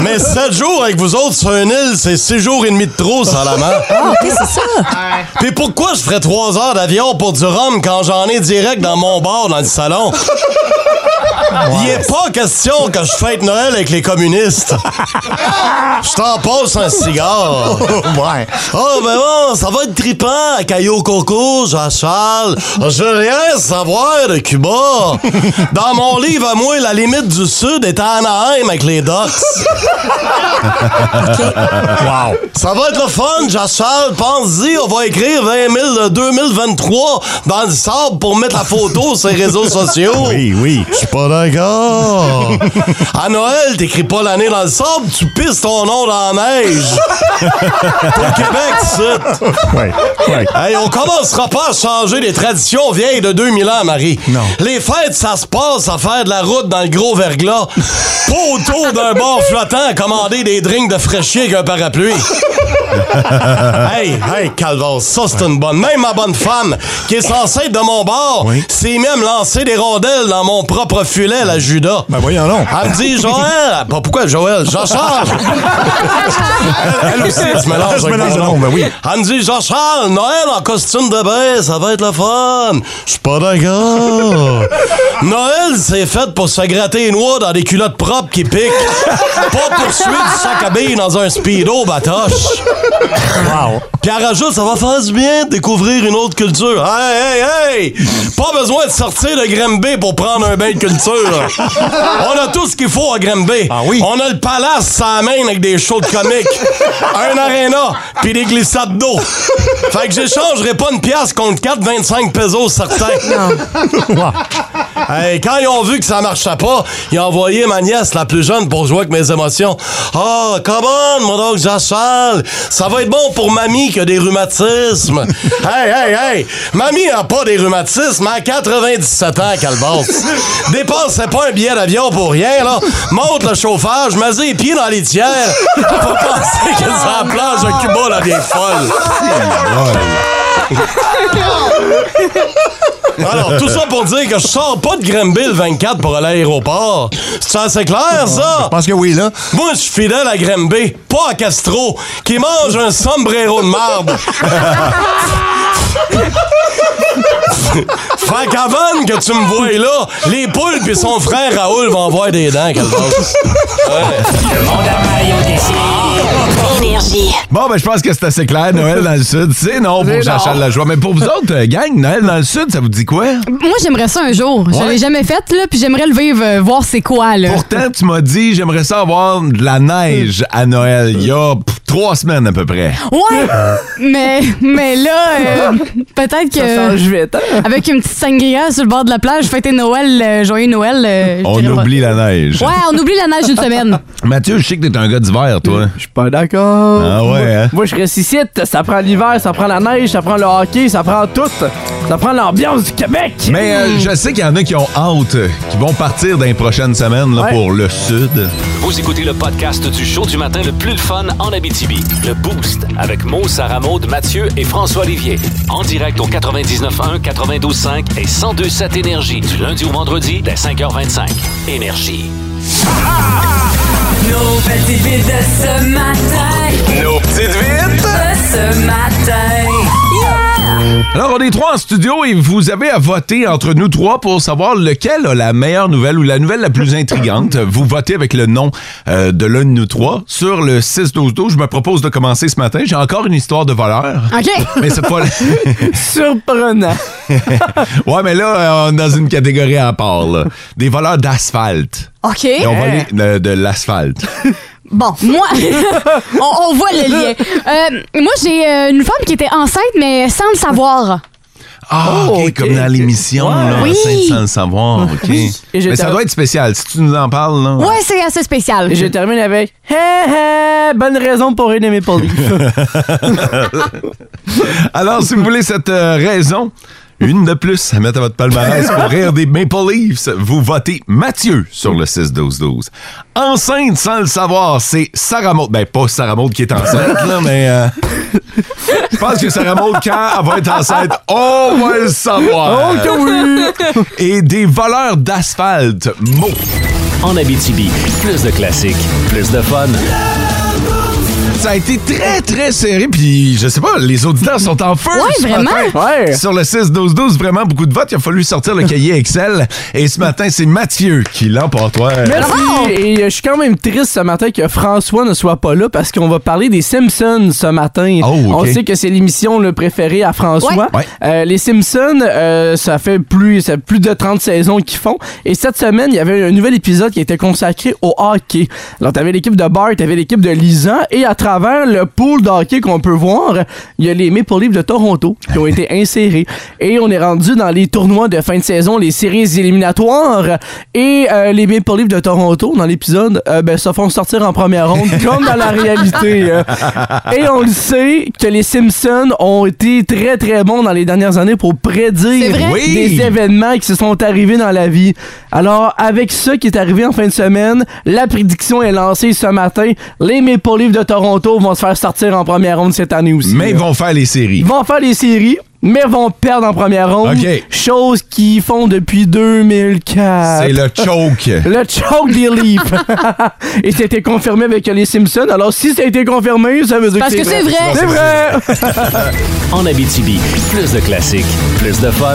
Speaker 10: Mais 7 jours avec vous autres sur une île, c'est 6 jours et demi de trop, Salaman.
Speaker 8: Ah, ok, c'est ça.
Speaker 10: Puis pourquoi je ferais trois heures d'avion pour du rhum quand j'en ai direct dans mon bar dans le salon? Il est pas question que je fête Noël avec les communistes. Je t'en passe un cigare.
Speaker 9: ouais.
Speaker 10: Oh, ben bon, ça va être trippant à Caillou Coco, Jean-Charles. Je veux rien savoir de Cuba. Dans mon livre à moi, la limite du Sud est à Anaheim avec les Ducks.
Speaker 9: Wow.
Speaker 10: Ça va être le fun, Jean-Charles. Pense-y, on va écrire 20 000 de 2023 dans le sable pour mettre la photo sur les réseaux sociaux.
Speaker 9: Oui, oui.
Speaker 10: Je suis pas d'accord. Oh. À Noël, t'écris pas l'année dans le sable, tu pisses ton nom dans la neige. Au Québec, c'est.
Speaker 9: Ouais, ouais.
Speaker 10: Hey, on commencera pas à changer les traditions vieilles de 2000 ans, Marie.
Speaker 9: Non.
Speaker 10: Les fêtes, ça se passe à faire de la route dans le gros verglas. pas autour d'un bar flottant à commander des drinks de fraîchier avec un parapluie. hey, hey, Calvin, ça c'est une bonne. Même ma bonne femme, qui est censée être de mon bord,
Speaker 9: Oui.
Speaker 10: s'est même lancé des rondelles dans mon propre filet, la Judas.
Speaker 9: Ben voyons non.
Speaker 10: Elle me dit, Joël, pas pourquoi Joël, Jean-Charles. elle, elle aussi, elle se mélange.
Speaker 9: Elle se
Speaker 10: avec
Speaker 9: mélange
Speaker 10: mon
Speaker 9: de nom, ben oui.
Speaker 10: Elle me dit, Jean-Charles, Noël en costume de bain, ça va être le fun. Je suis pas d'accord. Noël, c'est fait pour se gratter les noix dans des culottes propres qui piquent. pas pour suer du sac à billes dans un speedo batoche.
Speaker 9: Wow.
Speaker 10: Puis elle rajoute, ça va faire du bien de découvrir une autre culture. Hey, hey, hey! Pas besoin de sortir de Grimby pour prendre un bain de culture. On a tout ce qu'il faut à Grimby.
Speaker 9: Ah oui?
Speaker 10: On a le palace sans main avec des shows de comiques, un aréna, puis des glissades d'eau. Fait que j'échangerai pas une pièce contre 4,25 pesos certains. Hey, quand ils ont vu que ça marchait pas, ils ont envoyé ma nièce, la plus jeune, pour jouer avec mes émotions. Ah, come on, mon oncle Jean-Charles! Ça va être bon pour mamie qui a des rhumatismes. hey, hey, hey! Mamie a pas des rhumatismes à 97 ans, Calvance. Dépensez pas un billet d'avion pour rien, là. Monte le chauffage, mets les pieds dans les tiers. Elle va penser que ça plage un Cuba, la vieille folle. Alors, tout ça pour dire que je sors pas de Granby le 24 pour aller à l'aéroport. C'est assez clair, ça?
Speaker 9: Je pense que oui, là.
Speaker 10: Moi, je suis fidèle à Granby, pas à Castro, qui mange un sombrero de marbre. fait qu'avant que tu me vois là, les poules pis son frère Raoul vont avoir des dents, Calvas.
Speaker 9: Le monde à Mario Tessier.
Speaker 1: Énergie.
Speaker 3: Bon, ben, je pense que c'est assez clair. Noël dans le Sud, c'est non pour Jachal la joie. Mais pour vous autres, euh, gang, Noël dans le Sud, ça vous dit quoi?
Speaker 4: Moi, j'aimerais ça un jour. Je l'ai jamais fait, là, puis j'aimerais le vivre, euh, voir c'est quoi, là.
Speaker 3: Pourtant, tu m'as dit, j'aimerais ça avoir de la neige à Noël. Il y a pff, trois semaines à peu près.
Speaker 4: Ouais! mais, mais là, euh, peut-être
Speaker 5: Ça
Speaker 4: que.
Speaker 5: change vite, hein?
Speaker 4: Avec une petite sangria sur le bord de la plage, fêter Noël, euh, joyeux Noël. euh, je
Speaker 3: On
Speaker 4: dirais pas.
Speaker 3: oublie la neige.
Speaker 4: Ouais, on oublie la neige d'une semaine.
Speaker 3: Mathieu, je sais que t'es un gars d'hiver, toi.
Speaker 5: Je suis pas d'accord.
Speaker 3: Ah ouais, hein?
Speaker 5: Moi, je ressuscite. Ça prend l'hiver, ça prend la neige, ça prend le hockey, ça prend tout. Ça prend l'ambiance du Québec.
Speaker 3: Mais euh, je sais qu'il y en a qui ont hâte, euh, qui vont partir dans les prochaines semaines là, pour le Sud.
Speaker 2: Vous écoutez le podcast du show du matin le plus le fun en Abitibi. Le Boost avec Mo, Sarah Maud, Mathieu et François Olivier. En direct au 99.1, 92.5 et 102.7 Énergie du lundi au vendredi dès 5h25. Énergie.
Speaker 9: Nos petites vites de ce matin. Nos petites vites de ce matin.
Speaker 3: Alors, on est trois en studio et vous avez à voter entre nous trois pour savoir lequel a la meilleure nouvelle ou la nouvelle la plus intrigante. Vous votez avec le nom euh, de l'un de nous trois sur le 6-12-12. Je me propose de commencer ce matin. J'ai encore une histoire de voleur.
Speaker 4: OK.
Speaker 3: Mais cette fois
Speaker 5: Surprenant.
Speaker 3: ouais, mais là, euh, on est dans une catégorie à part. là. Des voleurs d'asphalte.
Speaker 4: OK.
Speaker 3: Ils ont volé de, de l'asphalte.
Speaker 4: Bon, moi, on, on voit le lien. Euh, moi, j'ai euh, une femme qui était enceinte, mais sans le savoir.
Speaker 3: Ah,
Speaker 4: Oh,
Speaker 3: OK,
Speaker 4: OK,
Speaker 3: comme dans l'émission, là,
Speaker 4: Oui.
Speaker 3: enceinte sans le savoir, OK.
Speaker 5: Oui. Et je
Speaker 3: Mais ça
Speaker 5: t'avoue-
Speaker 3: doit être spécial, si tu nous en parles, là.
Speaker 4: Ouais, c'est assez spécial.
Speaker 5: Et je termine avec Hé hé, bonne raison pour aider mes Leafs.
Speaker 3: Alors, si vous voulez cette euh, raison, une de plus à mettre à votre palmarès pour rire des Maple Leafs, vous votez Mathieu sur le 6-12-12. Enceinte sans le savoir, c'est Sarah Maud. Ben, pas Sarah Maud qui est enceinte, là, mais... euh, Je pense que Sarah Maud, quand elle va être enceinte, on va le savoir.
Speaker 9: Oh que oui!
Speaker 3: Et des voleurs d'asphalte, Mo.
Speaker 2: En Abitibi, plus de classiques, plus de fun.
Speaker 3: Ça a été très, très serré, puis je sais pas, les auditeurs sont en feu.
Speaker 9: Ouais,
Speaker 3: ce
Speaker 9: vraiment.
Speaker 3: matin.
Speaker 9: Ouais.
Speaker 3: Sur le 6-12-12, vraiment beaucoup de votes. Il a fallu sortir le cahier Excel. Et ce matin, c'est Mathieu qui l'emporte. Ouais.
Speaker 5: Merci. Et euh, je suis quand même triste ce matin que François ne soit pas là parce qu'on va parler des Simpsons ce
Speaker 3: Oh,
Speaker 5: matin. On sait que c'est l'émission le préférée à François.
Speaker 3: Ouais. Ouais.
Speaker 5: Euh, les Simpsons, euh, ça fait plus ça fait plus de 30 saisons qu'ils font. Et cette semaine, il y avait un nouvel épisode qui était consacré au hockey. Alors, t'avais l'équipe de Bart, t'avais l'équipe de Lisa. Et à travers le pool de hockey qu'on peut voir, il y a les Maple Leafs de Toronto qui ont été insérés. Et on est rendu dans les tournois de fin de saison, les séries éliminatoires. Et euh, les Maple Leafs de Toronto, dans l'épisode, euh, ben, se font sortir en première ronde, comme dans la réalité. euh. Et on le sait que les Simpsons ont été très très bons dans les dernières années pour prédire
Speaker 9: vrai? Oui.
Speaker 5: des événements qui se sont arrivés dans la vie. Alors avec ça qui est arrivé en fin de semaine, la prédiction est lancée ce matin. Les Maple Leafs de Toronto vont se faire sortir en première ronde cette année aussi.
Speaker 3: Mais ils
Speaker 5: là.
Speaker 3: vont faire les séries.
Speaker 5: Ils vont faire les séries. Mais vont perdre en première ronde.
Speaker 3: OK.
Speaker 5: Chose qu'ils font depuis 2004.
Speaker 3: C'est le choke.
Speaker 5: Le choke des Leafs. Et ça a été confirmé avec les Simpsons. Alors, si ça a été confirmé, ça veut dire
Speaker 9: Parce
Speaker 5: que
Speaker 9: que c'est vrai.
Speaker 5: C'est vrai.
Speaker 2: En Abitibi, plus de classiques, plus de fun.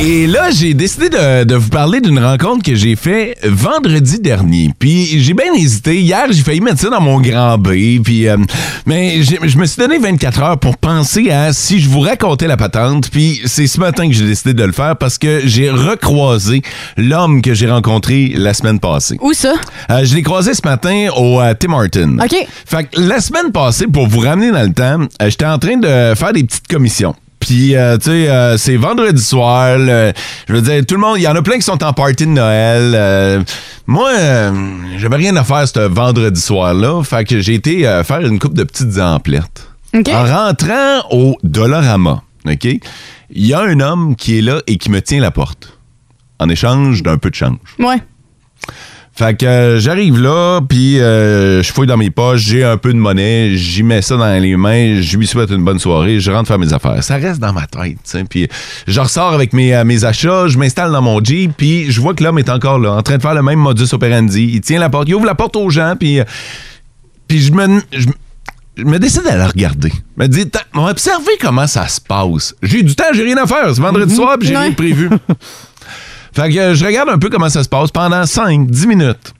Speaker 3: Et là, j'ai décidé de, de vous parler d'une rencontre que j'ai faite vendredi dernier. Puis j'ai bien hésité. Hier, j'ai failli mettre ça dans mon grand B. Puis, euh, mais j'ai- je me suis donné 24 heures pour penser à si je vous racontais la patente. Puis c'est ce matin que j'ai décidé de le faire parce que j'ai recroisé l'homme que j'ai rencontré la semaine passée.
Speaker 4: Où ça?
Speaker 3: Euh, je l'ai croisé ce matin au euh, Tim Horton.
Speaker 4: OK.
Speaker 3: Fait que la semaine passée, pour vous ramener dans le temps, euh, j'étais en train de faire des petites commissions. Puis, euh, tu sais, euh, c'est vendredi soir. le- je veux dire, tout le monde, il y en a plein qui sont en party de Noël. euh, moi, euh, j'avais rien à faire ce vendredi soir-là. Fait que j'ai été euh, faire une coupe de petites emplettes.
Speaker 4: OK.
Speaker 3: En rentrant au Dollarama, OK, il y a un homme qui est là et qui me tient la porte en échange d'un peu de change.
Speaker 4: Ouais.
Speaker 3: Fait que euh, j'arrive là, puis euh, je fouille dans mes poches, j'ai un peu de monnaie, j'y mets ça dans les mains, je lui souhaite une bonne soirée, je rentre faire mes affaires. Ça reste dans ma tête, tu sais. Puis je ressors avec mes, euh, mes achats, je m'installe dans mon Jeep, puis je vois que l'homme est encore là, en train de faire le même modus operandi. Il tient la porte, il ouvre la porte aux gens, puis euh, puis je me, je, je me décide à la regarder. Je me dis, Tiens, on va observer comment ça se passe. J'ai du temps, j'ai rien à faire. C'est vendredi soir, puis j'ai rien de prévu. fait que euh, je regarde un peu comment ça se passe pendant 5-10 minutes.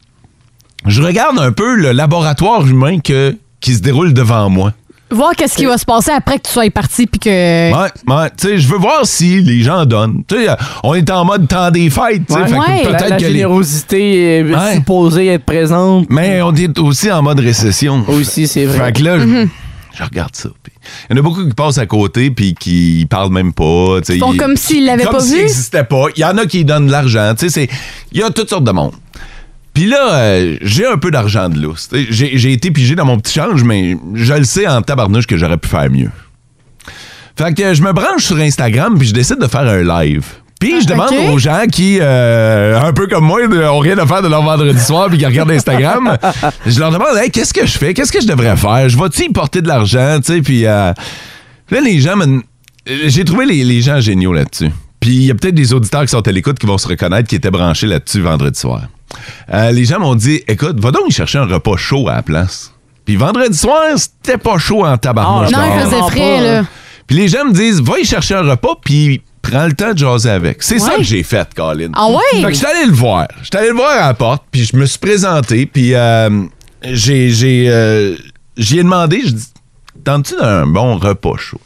Speaker 3: Je regarde un peu le laboratoire humain que, qui se déroule devant moi.
Speaker 4: Voir qu'est-ce qui va se passer après que tu sois parti puis que.
Speaker 3: Ouais, ouais, tu sais, je veux voir si les gens donnent. Tu sais, euh, on est en mode temps des fêtes, tu sais, fait que
Speaker 5: La,
Speaker 3: peut-être
Speaker 5: la
Speaker 3: que les-
Speaker 5: générosité est
Speaker 3: Ouais.
Speaker 5: supposée être présente.
Speaker 3: Mais on est aussi en mode récession.
Speaker 5: Aussi, c'est vrai.
Speaker 3: Fait que là, je-
Speaker 4: Mhm.
Speaker 3: je regarde ça. puis Il y en a beaucoup qui passent à côté puis qui parlent même pas. tu sais,
Speaker 4: Ils font comme s'ils l'avaient
Speaker 3: comme
Speaker 4: pas
Speaker 3: s'il
Speaker 4: vu.
Speaker 3: n'existait pas. Il y en a qui donnent de l'argent. Tu sais, c'est- il y a toutes sortes de monde. Puis là, euh, j'ai un peu d'argent de lousse. Tu sais, J'ai j'ai été pigé dans mon petit change, mais je le sais en tabarnouche que j'aurais pu faire mieux. Fait que je me branche sur Instagram puis je décide de faire un live. Puis je
Speaker 11: Ah,
Speaker 3: demande
Speaker 11: ok.
Speaker 3: aux gens qui, euh, un peu comme moi, de- ont rien à faire de leur vendredi soir puis qui regardent Instagram, je leur demande Hey, qu'est-ce que je fais Qu'est-ce que je devrais faire Je vais-tu y porter de l'argent Tu sais, puis euh, là, les gens me. J'ai trouvé les, les gens géniaux là-dessus. Puis il y a peut-être des auditeurs qui sont à l'écoute qui vont se reconnaître qui étaient branchés là-dessus vendredi soir. Euh, les gens m'ont dit Écoute, va donc y chercher un repas chaud à la place. Puis vendredi soir, c'était pas chaud en tabarnouche.
Speaker 4: Ah, non, il
Speaker 3: dehors.
Speaker 4: faisait frais, là.
Speaker 3: Puis les gens me disent, va y chercher un repas, puis prends le temps de jaser avec. C'est ça
Speaker 4: Ouais.
Speaker 3: que j'ai fait, Colin.
Speaker 4: Ah ouais?
Speaker 3: Fait que je suis allé le voir. Je suis allé le voir à la porte, puis je me suis présenté, puis euh, j'ai, j'ai, euh, j'y ai demandé, je dis, tentes-tu d'un bon repas chaud?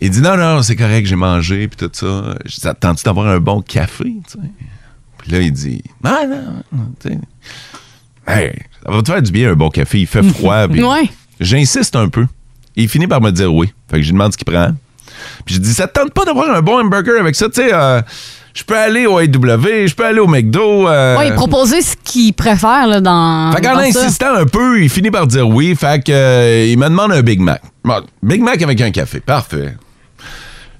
Speaker 3: Il dit, non, non, c'est correct, j'ai mangé, puis tout ça. Je dis, tentes-tu d'avoir un bon café? tu sais? Puis là, il dit, ah non, non, tu sais. Hey, ça va te faire du bien un bon café, il fait froid. puis-
Speaker 4: Ouais.
Speaker 3: J'insiste un peu. Et il finit par me dire oui. Fait que je lui demande ce qu'il prend. Puis je dis, ça te tente pas d'avoir un bon hamburger avec ça, tu sais. euh, je peux aller au AW, je peux aller au McDo. euh.
Speaker 4: Ouais, il proposait ce qu'il préfère là, dans.
Speaker 3: Fait qu'en
Speaker 4: dans ça.
Speaker 3: insistant un peu, il finit par dire oui. Fait que, euh, il me demande un Big Mac. Bon, Big Mac avec un café. Parfait.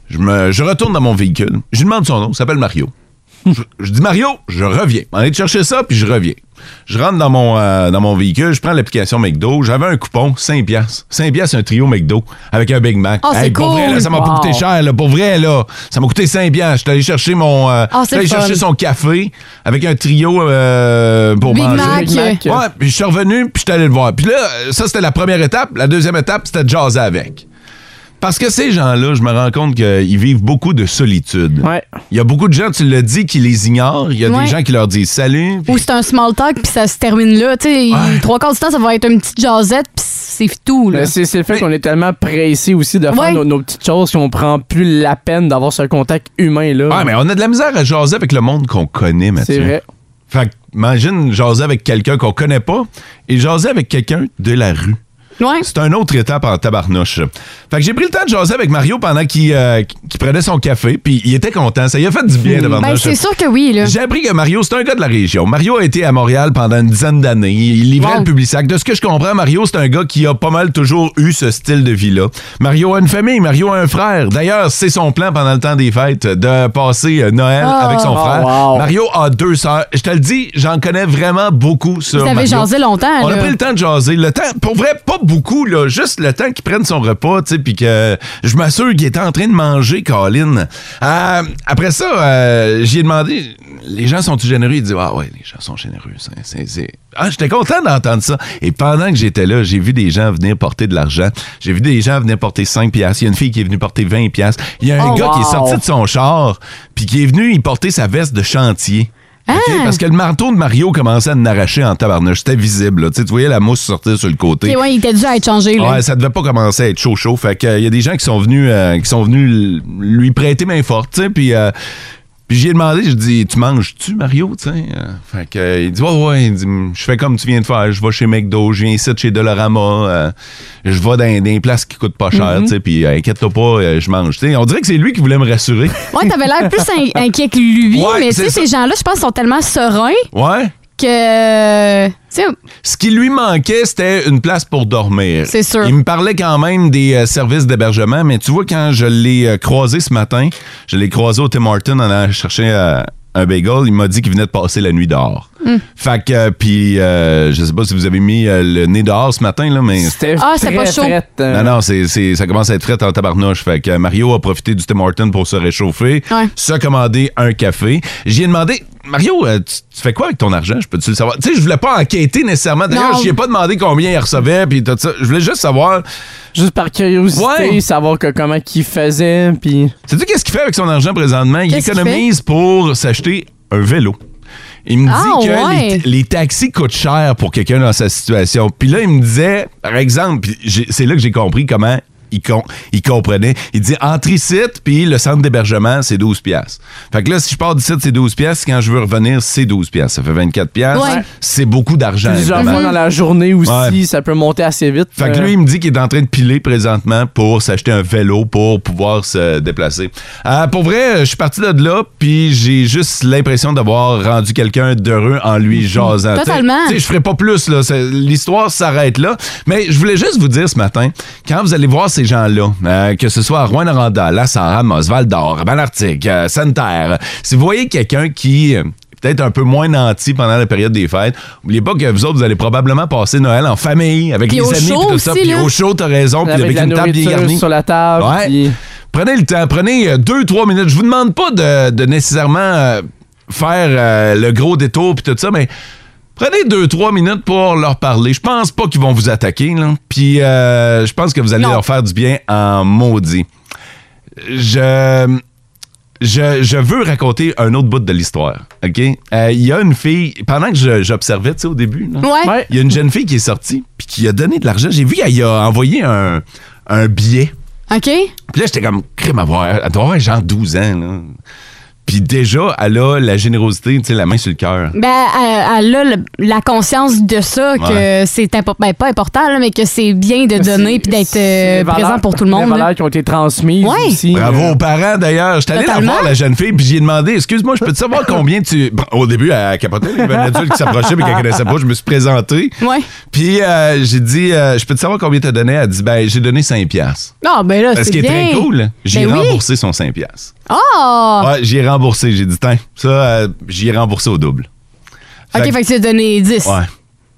Speaker 3: Je, me, je retourne dans mon véhicule. Je lui demande son nom. Il s'appelle Mario. je, je dis Mario, je reviens. On est chercher ça, puis je reviens. Je rentre dans mon, euh, dans mon véhicule, je prends l'application McDo. J'avais un coupon, 5 piastres. 5 piastres, un trio McDo avec un Big Mac.
Speaker 4: Ah, c'est
Speaker 3: pour vrai,
Speaker 4: cool.
Speaker 3: là, ça m'a pas
Speaker 4: Wow.
Speaker 3: coûté cher. là. pour vrai, là, ça m'a coûté 5 piastres. Je suis allé chercher mon... euh,
Speaker 4: Ah, c'est
Speaker 3: je suis allé
Speaker 4: le fun.
Speaker 3: chercher son café avec un trio euh, pour
Speaker 4: Big
Speaker 3: manger.
Speaker 4: Mac. Big Mac.
Speaker 3: Ouais, puis je suis revenu, puis je suis allé le voir. Puis là, ça, c'était la première étape. La deuxième étape, c'était de jaser avec. Parce que ces gens-là, je me rends compte qu'ils vivent beaucoup de solitude. Il y a beaucoup de gens, tu l'as dit, qui les ignorent. Il y a
Speaker 4: Ouais.
Speaker 3: des gens qui leur disent salut.
Speaker 4: Ou c'est un small talk, puis ça se termine là. Tu sais, trois quarts du temps, ça va être une petite jasette, puis c'est tout, là.
Speaker 5: Mais C'est c'est le fait qu'on est tellement pressé aussi de faire
Speaker 4: Ouais.
Speaker 5: nos, nos petites choses qu'on prend plus la peine d'avoir ce contact humain-là.
Speaker 3: Ouais, mais on a de la misère à jaser avec le monde qu'on connaît, Mathieu.
Speaker 5: C'est vrai.
Speaker 3: Fait que, imagine jaser avec quelqu'un qu'on connaît pas et jaser avec quelqu'un de la rue. C'est une autre étape en tabarnouche. Fait que j'ai pris le temps de jaser avec Mario pendant qu'il euh, qu'il prenait son café, puis il était content. Ça lui a fait du bien devant
Speaker 4: Ben,
Speaker 3: nous.
Speaker 4: c'est sûr que oui, là.
Speaker 3: J'ai appris que Mario, c'est un gars de la région. Mario a été à Montréal pendant une dizaine d'années. Il livrait
Speaker 4: Wow.
Speaker 3: le public sac. De ce que je comprends, Mario, c'est un gars qui a pas mal toujours eu ce style de vie-là. Mario a une famille, Mario a un frère. D'ailleurs, c'est son plan pendant le temps des fêtes de passer euh, Noël
Speaker 4: Ah.
Speaker 3: avec son
Speaker 4: Oh,
Speaker 3: frère.
Speaker 4: wow.
Speaker 3: Mario a deux sœurs. Je te le dis, j'en connais vraiment beaucoup sur
Speaker 4: Vous avez
Speaker 3: Mario.
Speaker 4: jasé longtemps,
Speaker 3: On
Speaker 4: là.
Speaker 3: a pris le temps de jaser. Le temps, pour vrai, pas beaucoup, là. Juste le temps qu'il prenne son repas, tu sais, puis que je m'assure qu'il était en train de manger, Colin. Euh, après ça, euh, j'y ai demandé, les gens sont-ils généreux? Il dit, ah ouais, les gens sont généreux. c'est- c'est- c'est- Ah, j'étais content d'entendre ça. Et pendant que j'étais là, j'ai vu des gens venir porter de l'argent. J'ai vu des gens venir porter 5 piastres. Il y a une fille qui est venue porter 20 piastres. Il y a un
Speaker 11: Oh,
Speaker 3: gars qui est sorti
Speaker 11: wow.
Speaker 3: de son char, puis qui est venu y porter sa veste de chantier. OK?
Speaker 11: Hein?
Speaker 3: Parce que le marteau de Mario commençait à m'arracher en tabarnouche. C'était visible. là. Tu sais, tu voyais la mousse sortir sur le côté.
Speaker 4: Ok, ouais, il était dû à être changé, là.
Speaker 3: Ouais, ça devait pas commencer à être chaud chaud. Fait que euh, y a des gens qui sont venus euh, qui sont venus l- lui prêter main forte, tu sais, puis euh, puis j'ai demandé, j'ai dit tu manges tu Mario, tu sais. Euh, Fait que euh, il dit ouais ouais, il dit je fais comme tu viens de faire, je vais chez McDo, je viens ici de chez Dollarama, euh, je vais dans dans des places qui coûtent pas cher, tu sais, puis euh, inquiète-toi pas, euh, je mange, tu sais. On dirait que c'est lui qui voulait me rassurer.
Speaker 4: Ouais, t'avais l'air plus in- inquiet que lui,
Speaker 3: Ouais,
Speaker 4: mais tu sais,
Speaker 3: c'est ça.
Speaker 4: ces gens-là, je pense, sont tellement sereins
Speaker 3: Ouais.
Speaker 4: que. Tu sais,
Speaker 3: Ce qui lui manquait, c'était une place pour dormir.
Speaker 4: C'est sûr.
Speaker 3: Il me parlait quand même des euh, services d'hébergement, mais tu vois, quand je l'ai euh, croisé ce matin, je l'ai croisé au Tim Hortons en allant chercher euh, un bagel, il m'a dit qu'il venait de passer la nuit dehors.
Speaker 4: Hmm.
Speaker 3: Fait que, euh, puis, euh, je sais pas si vous avez mis euh, le nez dehors ce matin, là, mais... C'était
Speaker 4: Ah, c'est pas très chaud. frette,
Speaker 3: Non, non, c'est- c'est- ça commence à être fret en tabarnouche. Fait que euh, Mario a profité du Tim Hortons pour se réchauffer, se commander un café. J'y ai demandé... Mario, euh, tu, tu fais quoi avec ton argent? Je peux-tu le savoir? Tu sais, je voulais pas enquêter nécessairement. D'ailleurs,
Speaker 5: Non.
Speaker 3: j'y ai pas demandé combien il recevait, puis tout ça. Je voulais juste savoir...
Speaker 5: Juste par curiosité,
Speaker 3: Ouais.
Speaker 5: savoir que- comment qu'il faisait, puis...
Speaker 3: Sais-tu qu'est-ce qu'il fait avec son argent présentement? Il
Speaker 5: Qu'est-ce qu'il
Speaker 3: économise pour s'acheter un vélo. Il me dit
Speaker 5: Ah,
Speaker 3: que les-
Speaker 5: ouais.
Speaker 3: les, taxis coûtent cher pour quelqu'un dans sa situation. Puis là, il me disait, par exemple, puis j'ai- c'est là que j'ai compris comment il, com- il comprenait. Il dit, entre ici, puis le centre d'hébergement, c'est 12 piastres. Fait que là, si je pars d'ici, c'est 12 piastres. Quand je veux revenir, c'est 12 piastres. Ça fait 24 piastres.
Speaker 5: Ouais.
Speaker 3: C'est beaucoup d'argent.
Speaker 5: Plusieurs
Speaker 3: évidemment.
Speaker 5: fois dans la journée aussi,
Speaker 3: Ouais.
Speaker 5: ça peut monter assez vite.
Speaker 3: Fait que
Speaker 5: Euh,
Speaker 3: lui, il me dit qu'il est en train de piler présentement pour s'acheter un vélo pour pouvoir se déplacer. Euh, pour vrai, je suis parti de là, puis j'ai juste l'impression d'avoir rendu quelqu'un d'heureux en lui jasant.
Speaker 4: Totalement.
Speaker 3: Tu sais, je ferai pas plus, là. C'est- L'histoire s'arrête là. Mais je voulais juste vous dire ce matin, quand vous allez voir ces ces gens-là, euh, que ce soit à Rouen-Noranda, La Ramos, Val-d'Or, Malartic, euh, Sainte-Terre, si vous voyez quelqu'un qui euh, est peut-être un peu moins nanti pendant la période des fêtes, n'oubliez pas que vous autres, vous allez probablement passer Noël en famille, avec
Speaker 4: Puis
Speaker 3: les
Speaker 4: au
Speaker 3: amis,
Speaker 4: chaud
Speaker 3: puis tout ça,
Speaker 4: aussi,
Speaker 3: puis
Speaker 4: là.
Speaker 3: au chaud, t'as raison, puis
Speaker 5: Avec
Speaker 3: avec
Speaker 5: la
Speaker 3: une table bien
Speaker 5: nourriture
Speaker 3: garnie.
Speaker 5: sur la table,
Speaker 3: Ouais. Prenez le temps, prenez euh, deux, trois minutes. Je vous demande pas de, de nécessairement euh, faire euh, le gros détour puis tout ça, mais prenez deux, trois minutes pour leur parler. Je pense pas qu'ils vont vous attaquer, là. Puis euh, je pense que vous allez
Speaker 4: Non.
Speaker 3: leur faire du bien en maudit. Je. Je, je veux raconter un autre bout de l'histoire, OK? Euh, Il y a une fille, pendant que je- j'observais, tu sais, au début, là,
Speaker 4: Ouais.
Speaker 5: Ouais.
Speaker 3: il y a une jeune fille qui est sortie puis qui a donné de l'argent. J'ai vu qu'elle y a envoyé un, un billet.
Speaker 4: OK?
Speaker 3: Puis là, j'étais comme, crème à voir. Elle doit avoir genre 12 ans, là. Puis déjà, elle a la générosité, tu sais, la main sur le cœur.
Speaker 4: Ben, elle, elle a le- la conscience de ça, que
Speaker 3: Ouais.
Speaker 4: c'est important, ben, pas important, là, mais que c'est bien de donner puis d'être euh, présent pour tout le monde.
Speaker 5: Les
Speaker 4: là.
Speaker 5: valeurs qui ont été transmises
Speaker 4: Ouais.
Speaker 5: aussi. euh,
Speaker 3: Bravo aux parents, d'ailleurs. J'étais allé la
Speaker 4: Totalement.
Speaker 3: voir, la jeune fille, puis j'ai demandé, excuse-moi, je peux te savoir combien tu. Bon, au début, elle capotait, il y avait un adulte qui s'approchait, mais qu'elle connaissait pas. Je me suis présenté.
Speaker 4: Ouais.
Speaker 3: Puis euh, j'ai dit, euh, je peux te savoir combien t'as donné? Elle dit, ben, j'ai donné 5$. piastres.
Speaker 4: Ah, ben là,
Speaker 3: Ce
Speaker 4: c'est
Speaker 3: qui est
Speaker 4: bien.
Speaker 3: très cool, j'ai
Speaker 4: Ben oui.
Speaker 3: remboursé son 5$. piastres.
Speaker 4: Ah!
Speaker 3: Ouais, j'ai remboursé. J'ai dit, tiens, ça, euh, j'y ai remboursé au double.
Speaker 4: OK, fait que tu as donné 10.
Speaker 3: Ouais.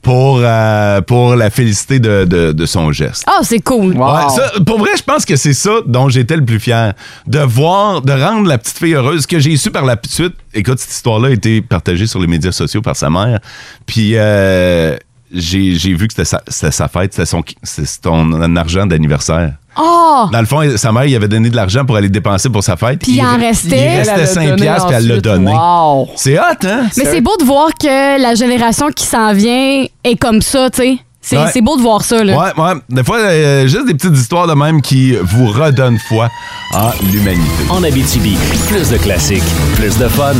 Speaker 3: Pour, euh, pour la féliciter de, de- de son geste.
Speaker 4: Ah, c'est cool.
Speaker 5: Wow.
Speaker 3: Ouais, ça, pour vrai, je pense que c'est ça dont j'étais le plus fier. De voir, de rendre la petite fille heureuse. Ce que j'ai su par la suite, écoute, cette histoire-là a été partagée sur les médias sociaux par sa mère. Puis euh, j'ai j'ai vu que c'était sa, c'était sa fête, c'était son, c'était son argent d'anniversaire.
Speaker 4: Ah!
Speaker 3: Dans le fond, elle- sa mère, il avait donné de l'argent pour aller dépenser pour sa fête.
Speaker 4: Puis il en
Speaker 3: re-
Speaker 4: restait.
Speaker 3: Il restait 5 piastres, puis elle l'a donné.
Speaker 5: Wow.
Speaker 3: C'est hot, hein?
Speaker 4: Mais c'est beau de voir que la génération qui s'en vient est comme ça, tu sais. C'est
Speaker 3: Ouais.
Speaker 4: c'est beau de voir ça, là.
Speaker 3: Ouais, ouais. Des fois, euh, juste des petites histoires de même qui vous redonnent foi à l'humanité.
Speaker 2: En Abitibi, plus de classiques, plus de fun.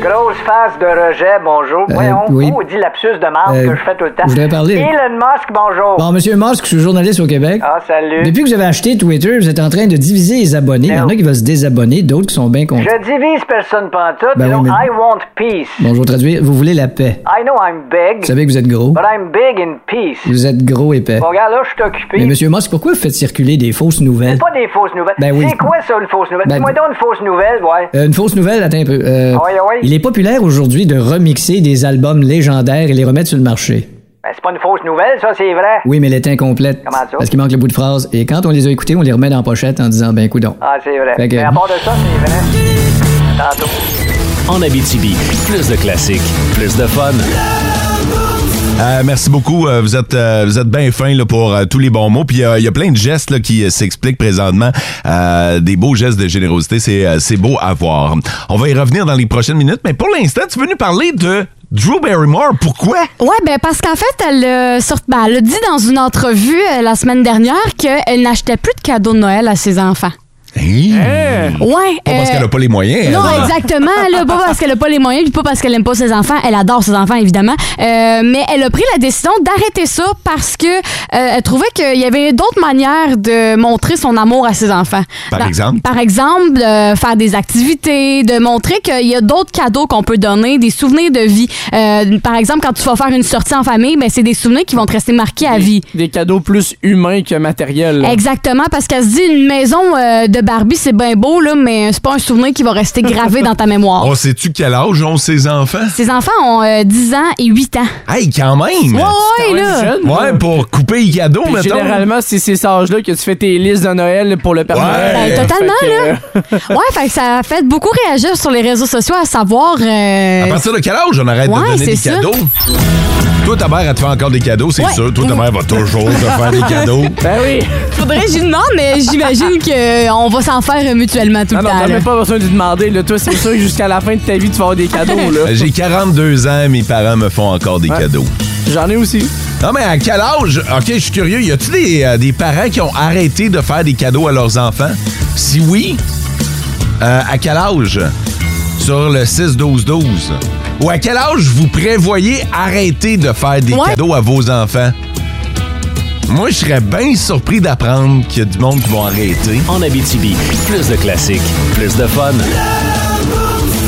Speaker 11: Grosse phase de rejet, bonjour. Voyons,
Speaker 7: Euh, oui.
Speaker 11: où dit lapsus de marque
Speaker 7: Euh,
Speaker 11: que je fais tout le temps?
Speaker 7: je voulais parler.
Speaker 11: Elon Musk, bonjour.
Speaker 7: Bon, Monsieur Musk, je suis journaliste au Québec.
Speaker 11: Ah, salut.
Speaker 7: Depuis que vous avez acheté Twitter, vous êtes en train de diviser les abonnés. Il y en a qui veulent se désabonner, d'autres qui sont bien contents.
Speaker 11: Je divise personne pantoute.
Speaker 7: Ben
Speaker 11: non,
Speaker 7: oui, mais-
Speaker 11: I want peace.
Speaker 7: Bon, je vais traduire. Vous voulez la paix.
Speaker 11: I know I'm big,
Speaker 7: Vous savez que vous êtes gros.
Speaker 11: but I'm big in peace.
Speaker 7: Vous êtes gros et paix.
Speaker 11: Bon, regarde, là, je suis occupé.
Speaker 7: Mais Monsieur Musk, pourquoi vous faites circuler des fausses nouvelles?
Speaker 11: C'est pas des fausses nouvelles.
Speaker 7: Ben oui.
Speaker 11: C'est quoi ça, une fausse nouvelle?
Speaker 7: Ben-
Speaker 11: Dis-moi donc une fausse nouvelle, ouais.
Speaker 7: Euh, une fausse nouvelle, attends un peu. Euh,
Speaker 11: Ah ouais, ah ouais.
Speaker 7: Il est populaire aujourd'hui de remixer des albums légendaires et les remettre sur le marché.
Speaker 11: Ben, c'est pas une fausse nouvelle, ça, c'est vrai.
Speaker 7: Oui, mais elle est incomplète.
Speaker 11: Comment ça?
Speaker 7: Parce qu'il manque le bout de phrase. Et quand on les a écoutés, on les remet dans la pochette en disant, ben, coudon.
Speaker 11: Ah, c'est vrai.
Speaker 7: Fait que-
Speaker 11: Mais à part de ça, c'est vrai. Tantôt.
Speaker 2: En Abitibi, plus de classiques, plus de fun.
Speaker 3: Euh, merci beaucoup. Euh, vous êtes, euh, vous êtes bien fin là, pour euh, tous les bons mots. Puis euh, il y a plein de gestes là, qui euh, s'expliquent présentement. Euh, des beaux gestes de générosité. C'est euh, c'est beau à voir. On va y revenir dans les prochaines minutes. Mais pour l'instant, tu veux nous parler de Drew Barrymore. Pourquoi?
Speaker 4: Ouais, ben parce qu'en fait, elle, a sorti- ben, elle a dit dans une entrevue euh, la semaine dernière qu'elle n'achetait plus de cadeaux de Noël à ses enfants.
Speaker 9: Mmh.
Speaker 5: Eh,
Speaker 4: Ouais.
Speaker 3: Pas parce
Speaker 4: euh,
Speaker 3: qu'elle n'a pas les moyens.
Speaker 4: Non,
Speaker 3: elle, hein?
Speaker 4: exactement. Là, pas parce qu'elle n'a pas les moyens, puis pas parce qu'elle aime pas ses enfants. Elle adore ses enfants, évidemment. Euh, mais elle a pris la décision d'arrêter ça parce que euh, elle trouvait qu'il y avait d'autres manières de montrer son amour à ses enfants.
Speaker 3: Par
Speaker 5: Hein?
Speaker 3: exemple?
Speaker 4: Par exemple, euh, faire des activités, de montrer qu'il y a d'autres cadeaux qu'on peut donner, des souvenirs de vie. Euh, par exemple, quand tu vas faire une sortie en famille, ben, c'est des souvenirs qui vont te rester marqués à vie.
Speaker 5: Des cadeaux plus humains que matériels. là.
Speaker 4: Exactement, parce qu'elle se dit une maison euh, de Barbie, c'est bien beau, là, mais c'est pas un souvenir qui va rester gravé dans ta mémoire.
Speaker 3: On sait-tu quel âge ont ses enfants?
Speaker 4: Ses enfants ont euh, 10 ans et 8 ans.
Speaker 3: Hey, quand même!
Speaker 4: Ouais,
Speaker 5: C'est
Speaker 4: ouais,
Speaker 5: quand même
Speaker 4: là.
Speaker 5: jeune, là.
Speaker 3: Ouais, pour couper les cadeaux,
Speaker 5: Puis
Speaker 3: mettons.
Speaker 5: Généralement, c'est ces sages-là que tu fais tes listes de Noël pour le Père
Speaker 3: Ouais.
Speaker 5: Noël.
Speaker 3: Ben,
Speaker 4: totalement,
Speaker 5: Fait que,
Speaker 4: là.
Speaker 5: euh,
Speaker 4: Ouais, fait que ça a fait beaucoup réagir sur les réseaux sociaux, à savoir.
Speaker 3: À
Speaker 4: euh,
Speaker 3: partir de quel âge on arrête
Speaker 4: Ouais,
Speaker 3: de donner des
Speaker 4: c'est ça.
Speaker 3: cadeaux? Toi, ta mère, elle te fait encore des cadeaux, c'est
Speaker 4: Ouais.
Speaker 3: sûr. Toi, ta mère Oh, va toujours te faire des cadeaux.
Speaker 5: Ben oui.
Speaker 4: faudrait que je lui demande, mais j'imagine qu'on va s'en faire euh, mutuellement tout
Speaker 5: Ah Non,
Speaker 4: le
Speaker 5: non,
Speaker 4: temps.
Speaker 5: t'as
Speaker 4: là.
Speaker 5: même pas besoin de lui demander. Là. Toi, c'est sûr que jusqu'à la fin de ta vie, tu vas avoir des cadeaux. là.
Speaker 3: Ben, J'ai 42 ans, mes parents me font encore des cadeaux.
Speaker 5: J'en ai aussi.
Speaker 3: Non, mais à quel âge? OK, je suis curieux. Y a-tu des, euh, des parents qui ont arrêté de faire des cadeaux à leurs enfants? Si oui, euh, à quel âge? Sur le 6-12-12. Ou à quel âge vous prévoyez arrêter de faire des
Speaker 4: Ouais.
Speaker 3: cadeaux à vos enfants? Moi, je serais bien surpris d'apprendre qu'il y a du monde qui va arrêter.
Speaker 2: En Abitibi, plus de classiques, plus de fun.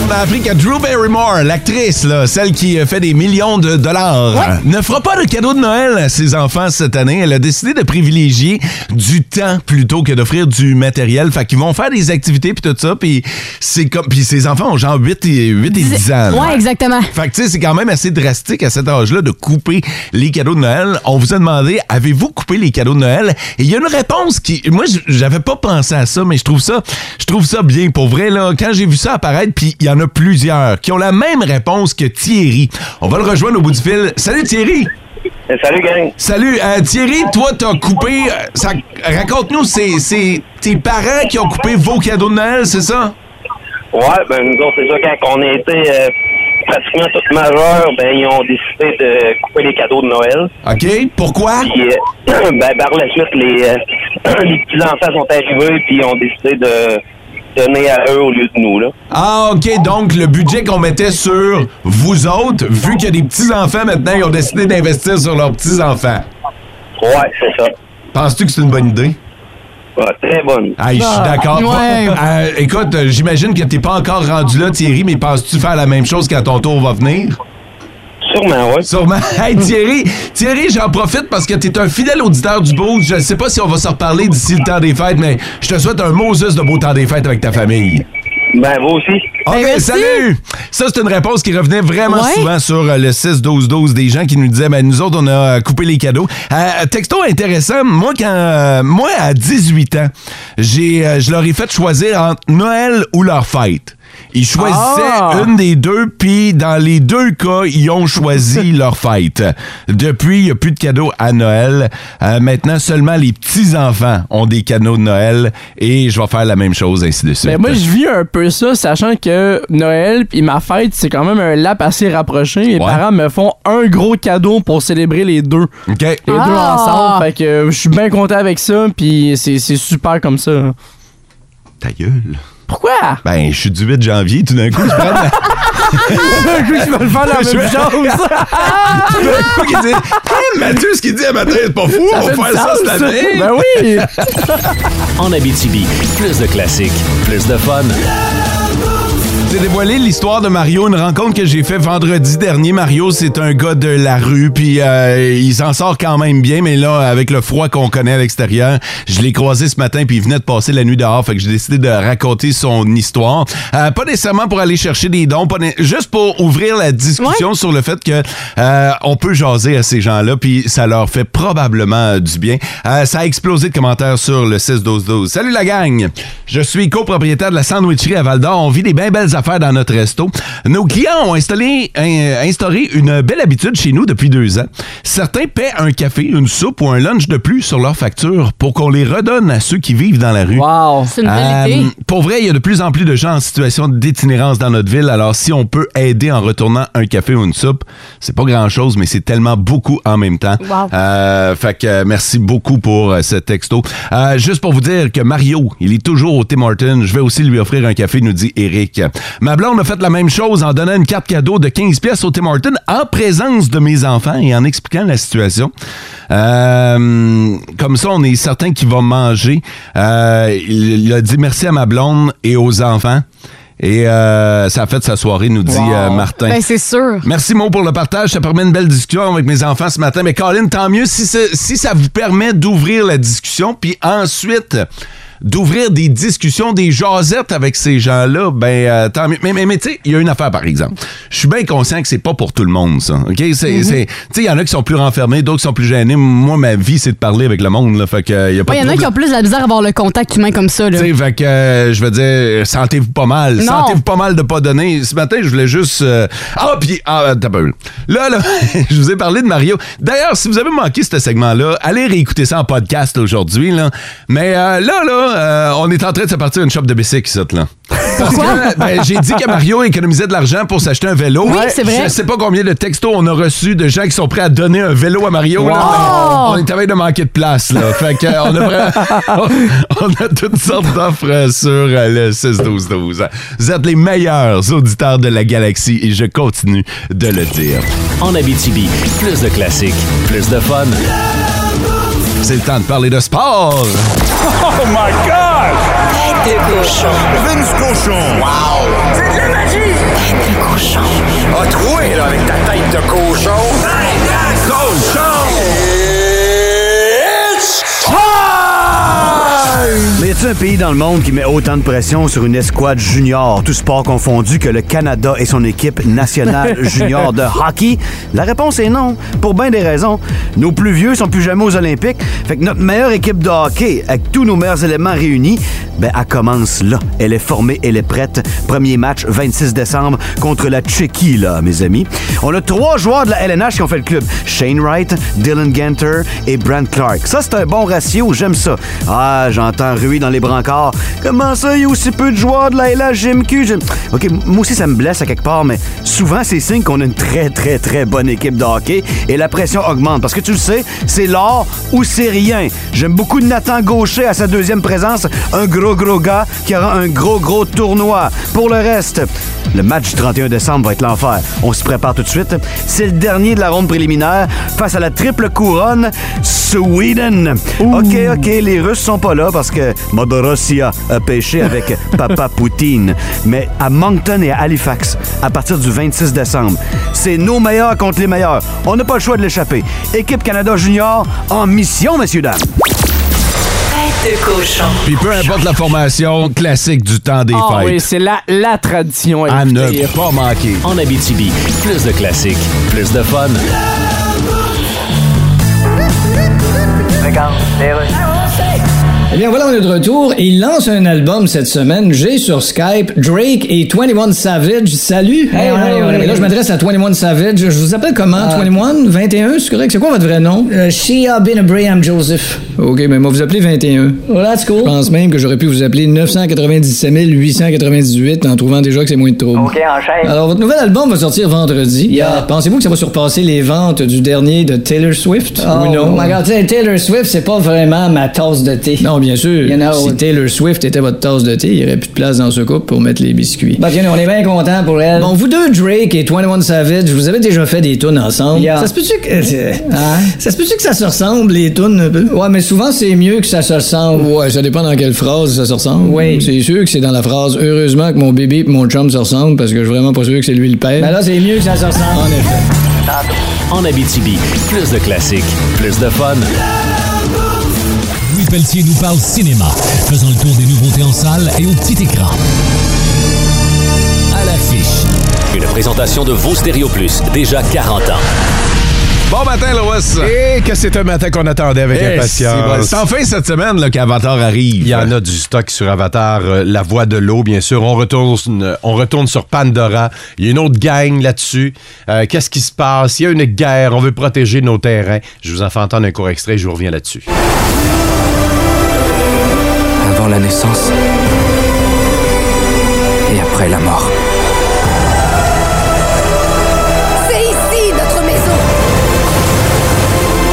Speaker 3: on a appris ben, que Drew Barrymore, l'actrice, là, celle qui euh, fait des millions de dollars, ne fera pas de cadeau de Noël à ses enfants cette année. Elle a décidé de privilégier du temps plutôt que d'offrir du matériel. Fait qu'ils vont faire des activités puis tout ça. Puis c'est comme, puis ses enfants ont genre 8 et, 8 et 10 ans. là.
Speaker 4: Ouais, exactement.
Speaker 3: Fait que tu sais, c'est quand même assez drastique à cet âge-là de couper les cadeaux de Noël. On vous a demandé, avez-vous coupé les cadeaux de Noël? Et il y a une réponse qui, moi, j- j'avais pas pensé à ça, mais je trouve ça, je trouve ça bien. Pour vrai, là, quand j'ai vu ça apparaître, puis il y en a plusieurs qui ont la même réponse que Thierry. On va le rejoindre au bout du fil. Salut Thierry!
Speaker 12: Euh, Salut, gang.
Speaker 3: Salut. Euh, Thierry, toi, t'as coupé. euh, ça- Raconte-nous, c'est- c'est tes parents qui ont coupé vos cadeaux de Noël, c'est ça?
Speaker 12: Ouais, ben nous autres, c'est ça, quand on était euh, pratiquement tous majeurs, ben ils ont décidé de couper les cadeaux de Noël.
Speaker 3: OK. Pourquoi?
Speaker 12: Puis, euh, ben par la suite, les, euh, les petits-enfants sont arrivés, puis ils ont décidé de donner à eux au lieu de nous, là.
Speaker 3: Ah, OK. Donc, le budget qu'on mettait sur vous autres, vu qu'il y a des petits-enfants maintenant, ils ont décidé d'investir sur leurs petits-enfants.
Speaker 12: Ouais, c'est ça.
Speaker 3: Penses-tu que c'est une bonne idée?
Speaker 12: Ouais, très bonne.
Speaker 3: Ah, je suis d'accord.
Speaker 12: Ouais.
Speaker 3: Euh, écoute, euh, j'imagine que t'es pas encore rendu là, Thierry, mais penses-tu faire la même chose quand ton tour va venir?
Speaker 12: Sûrement, oui.
Speaker 3: Sûrement. Hey, Thierry, Thierry, j'en profite parce que t'es un fidèle auditeur du beau. Je sais pas si on va se reparler d'ici le temps des fêtes, mais je te souhaite un Moses de beau temps des fêtes avec ta famille.
Speaker 12: Ben, vous aussi.
Speaker 3: OK, Ah, salut! Ça, c'est une réponse qui revenait vraiment souvent sur euh, le 6-12-12 des gens qui nous disaient, ben, nous autres, on a euh, coupé les cadeaux. Euh, texto intéressant, moi, quand, euh, moi, à 18 ans, j'ai, euh, je leur ai fait choisir entre Noël ou leur fête. Ils choisissaient
Speaker 5: Ah!
Speaker 3: une des deux, puis dans les deux cas, ils ont choisi leur fête. Depuis, il n'y a plus de cadeaux à Noël. Euh, maintenant, seulement les petits-enfants ont des cadeaux de Noël, et je vais faire la même chose, ainsi de suite.
Speaker 5: Mais Ben, moi, je vis un peu ça, sachant que Noël et ma fête, c'est quand même un lap assez rapproché. Mes parents me font un gros cadeau pour célébrer les deux.
Speaker 3: Les
Speaker 5: deux
Speaker 9: Ah!
Speaker 5: ensemble. Fait que euh, je suis bien content avec ça, puis c'est c'est super comme ça.
Speaker 3: Ta gueule.
Speaker 5: Pourquoi?
Speaker 3: Ben, je suis du 8 janvier, tout d'un coup, je prends la-
Speaker 5: Un coup, ils veulent faire la
Speaker 3: Je
Speaker 5: même
Speaker 3: fais-
Speaker 5: chose.
Speaker 3: Tout d'un coup, il dit Hey, Mathieu, ce qu'il dit à matin, c'est pas fou,
Speaker 2: Ça
Speaker 3: on va
Speaker 2: fait
Speaker 3: faire
Speaker 2: du
Speaker 3: ça
Speaker 2: sens,
Speaker 3: cette
Speaker 2: ça.
Speaker 3: année.
Speaker 2: Ben oui. En Abitibi, plus de classiques, plus de fun.
Speaker 3: J'ai dévoilé l'histoire de Mario, une rencontre que j'ai fait vendredi dernier. Mario, c'est un gars de la rue, puis euh, il s'en sort quand même bien, mais là, avec le froid qu'on connaît à l'extérieur, je l'ai croisé ce matin, puis il venait de passer la nuit dehors, fait que j'ai décidé de raconter son histoire. Euh, pas nécessairement pour aller chercher des dons, pas né- juste pour ouvrir la discussion sur le fait que euh, on peut jaser à ces gens-là, puis ça leur fait probablement euh, du bien. Euh, ça a explosé de commentaires sur le 6-12-12. Salut la gang! Je suis copropriétaire de la sandwicherie à Val-d'Or. On vit des bien belles affaires dans notre resto. Nos clients ont installé, un- instauré une belle habitude chez nous depuis deux ans. Certains paient un café, une soupe ou un lunch de plus sur leur facture pour qu'on les redonne à ceux qui vivent dans la rue. Euh,
Speaker 5: C'est une
Speaker 9: belle idée.
Speaker 3: Pour vrai, il y a de plus en plus de gens en situation d'itinérance dans notre ville. Alors, si on peut aider en retournant un café ou une soupe, c'est pas grand-chose, mais c'est tellement beaucoup en même temps.
Speaker 9: Wow.
Speaker 3: Euh, fait que euh, merci beaucoup pour euh, ce texto. Euh, juste pour vous dire que Mario, il est toujours au Tim Hortons. Je vais aussi lui offrir un café, nous dit Eric. Ma blonde a fait la même chose en donnant une carte cadeau de 15 pièces au Tim Hortons en présence de mes enfants et en expliquant la situation. Euh, comme ça, on est certain qu'il va manger. Euh, il il a dit merci à ma blonde et aux enfants. Et euh, ça a fait sa soirée, nous dit euh, Martin.
Speaker 4: Ben, c'est sûr.
Speaker 3: Merci Mo pour le partage, ça permet une belle discussion avec mes enfants ce matin. Mais Colin, tant mieux si, ça- si ça vous permet d'ouvrir la discussion, puis ensuite d'ouvrir des discussions, des jasettes avec ces gens-là, ben euh, tant mieux. Mais, mais, mais, tu sais, il y a une affaire par exemple. Je suis bien conscient que c'est pas pour tout le monde ça. OK, c'est
Speaker 4: Mm-hmm.
Speaker 3: c'est- tu sais, il y en a qui sont plus renfermés, d'autres qui sont plus gênés. Moi ma vie c'est de parler avec le monde là, fait que euh, il y a
Speaker 4: Il
Speaker 3: pas
Speaker 4: y en
Speaker 3: de
Speaker 4: a
Speaker 3: trouble.
Speaker 4: qui ont plus la misère à avoir le contact humain comme ça. Là.
Speaker 3: Tu sais, fait que euh, je veux dire, sentez-vous pas mal.
Speaker 4: Non.
Speaker 3: Sentez-vous pas mal de pas donner. Ce matin, je voulais juste. euh, Ah, puis. Ah, t'as pas eu. Là, là, je vous ai parlé de Mario. D'ailleurs, si vous avez manqué ce segment-là, allez réécouter ça en podcast aujourd'hui. Là. Mais euh, là, là, euh, on est en train de se partir une shop de bicycle, ça, là. Parce que ben, j'ai dit que Mario économisait de l'argent pour s'acheter un vélo.
Speaker 9: Oui, c'est vrai.
Speaker 3: Je sais pas combien de textos on a reçus de gens qui sont prêts à donner un vélo à Mario. là.
Speaker 9: Wow!
Speaker 3: on est en train de manquer de place, là. Fait que, euh, on a vraiment- on a toutes sortes d'offres euh, sur euh, le 6-12-12. Vous êtes les meilleurs auditeurs de la galaxie et je continue de le dire.
Speaker 2: En Abitibi, plus de classiques, plus de fun.
Speaker 3: C'est le temps de parler de sport.
Speaker 9: Oh my God! Tête de cochon. Vince cochon. Wow! C'est de la magie! de cochon.
Speaker 13: Ah, troué, là, avec ta tête de cochon. Tête de cochon! It's time!
Speaker 14: Mais y a-t-il un pays dans le monde qui met autant de pression sur une escouade junior, tout sport confondu, que le Canada et son équipe nationale junior de hockey? La réponse est non, pour bien des raisons. Nos plus vieux sont plus jamais aux Olympiques, fait que notre meilleure équipe de hockey, avec tous nos meilleurs éléments réunis, ben, elle commence là. Elle est formée, elle est prête. Premier match, 26 décembre, contre la Tchéquie, là, mes amis. On a trois joueurs de la LNH qui ont fait le club. Shane Wright, Dylan Genter et Brent Clark. Ça, c'est un bon ratio, j'aime ça. Ah, j'entends ruer dans les brancards. Comment ça, il y a aussi peu de joueurs de la LHGMQ? J'aime- OK, m- moi aussi, ça me blesse à quelque part, mais souvent, c'est signe qu'on a une très, très, très bonne équipe de hockey et la pression augmente. Parce que tu le sais, c'est l'or ou c'est rien. J'aime beaucoup Nathan Gaucher à sa deuxième présence, un gros, gros gars qui aura un gros, gros tournoi. Pour le reste, le match du 31 décembre va être l'enfer. On se prépare tout de suite. C'est le dernier de la ronde préliminaire face à la triple couronne Sweden. OK, OK, les Russes sont pas là parce que Modorossia a pêché avec Papa Poutine. Mais à Moncton et à Halifax, à partir du 26 décembre, c'est nos meilleurs contre les meilleurs. On n'a pas le choix de l'échapper. Équipe Canada Junior en mission, messieurs, dames.
Speaker 9: Tête de cochon.
Speaker 3: Puis peu importe la formation classique du temps des
Speaker 5: Ah
Speaker 3: fêtes.
Speaker 5: oui, c'est la, la tradition.
Speaker 3: À ne
Speaker 5: écoutez.
Speaker 3: pas manquer.
Speaker 2: En Abitibi, plus de classiques, plus de fun.
Speaker 9: Ah,
Speaker 7: Eh bien, voilà, on est de retour. Il lance un album cette semaine. J'ai sur Skype Drake et 21 Savage. Salut!
Speaker 6: Hey,
Speaker 7: Et
Speaker 6: hey, hey,
Speaker 7: là,
Speaker 6: hey.
Speaker 7: je m'adresse à 21 Savage. Je vous appelle comment? 21? 21? C'est correct? C'est quoi votre vrai nom? Ah. Euh, Shia bin Abraham Joseph. OK, mais moi, vous appelez 21. Well, that's cool. Je pense même que j'aurais pu vous appeler 997 898 en trouvant déjà que c'est moins de trouble.
Speaker 6: OK, enchaîne.
Speaker 7: Alors, votre nouvel album va sortir vendredi.
Speaker 6: Yeah.
Speaker 7: Pensez-vous que ça va surpasser les ventes du dernier de Taylor Swift
Speaker 6: Oh,
Speaker 7: ou non?
Speaker 6: my God, tu sais, Taylor Swift, c'est pas vraiment ma tasse de thé.
Speaker 7: Non, bien sûr.
Speaker 6: You know.
Speaker 7: si Taylor Swift était votre tasse de thé, il n'y aurait plus de place dans ce couple pour mettre les biscuits.
Speaker 6: Bah, on est bien content pour elle.
Speaker 7: Bon, vous deux, Drake et 21 Savage, vous avez déjà fait des tunes ensemble.
Speaker 6: Yeah.
Speaker 7: Ça se peut-tu que... euh, Ça se peut-tu que ça se ressemble, les tunes, un peu? Ouais, mais souvent, c'est mieux que ça se ressemble. Ouais, ça dépend dans quelle phrase ça se ressemble. Oui. C'est sûr que c'est dans la phrase « Heureusement que mon bébé et mon chum se ressemblent » parce que je suis vraiment pas sûr que c'est lui le père.
Speaker 6: Mais Ben là, c'est mieux que ça se ressemble.
Speaker 7: En effet.
Speaker 2: En Abitibi, plus de classiques, plus de fun.
Speaker 15: Louis Pelletier nous parle cinéma, faisant le tour des nouveautés en salle et au petit écran.
Speaker 2: À l'affiche. Une présentation de vos Stéréo Plus, déjà 40 ans.
Speaker 3: Bon matin, Lois.
Speaker 16: Et que c'est un matin qu'on attendait avec
Speaker 3: Eh, c'est bon.
Speaker 16: impatience.
Speaker 3: C'est enfin cette semaine là, qu'Avatar arrive.
Speaker 16: Il y en a du stock sur Avatar, euh, La Voix de l'eau, bien sûr. On retourne, on retourne sur Pandora. Il y a une autre gang là-dessus. Euh, Qu'est-ce qui se passe? Il y a une guerre. On veut protéger nos terrains. Je vous en fais entendre un court extrait. Je vous reviens là-dessus.
Speaker 17: Avant la naissance et après la mort.
Speaker 9: C'est ici notre maison.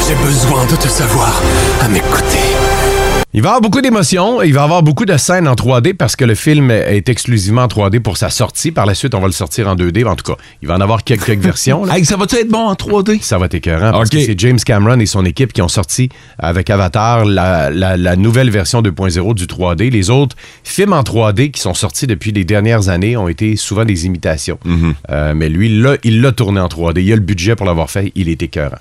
Speaker 13: J'ai besoin de te savoir à mes côtés.
Speaker 16: Il va y avoir beaucoup d'émotions, il va y avoir beaucoup de scènes en 3D parce que le film est exclusivement en 3D pour sa sortie. Par la suite, on va le sortir en 2D. En tout cas, il va en avoir quelques, quelques versions. là.
Speaker 3: ça va-tu être bon en 3D?
Speaker 16: Ça va être écœurant parce que c'est James Cameron et son équipe qui ont sorti avec Avatar la, la- la nouvelle version 2.0 du 3D. Les autres films en 3D qui sont sortis depuis les dernières années ont été souvent des imitations.
Speaker 3: Mhm.
Speaker 16: Euh, mais lui, là, il l'a tourné en 3D. Il a le budget pour l'avoir fait. Il est écœurant.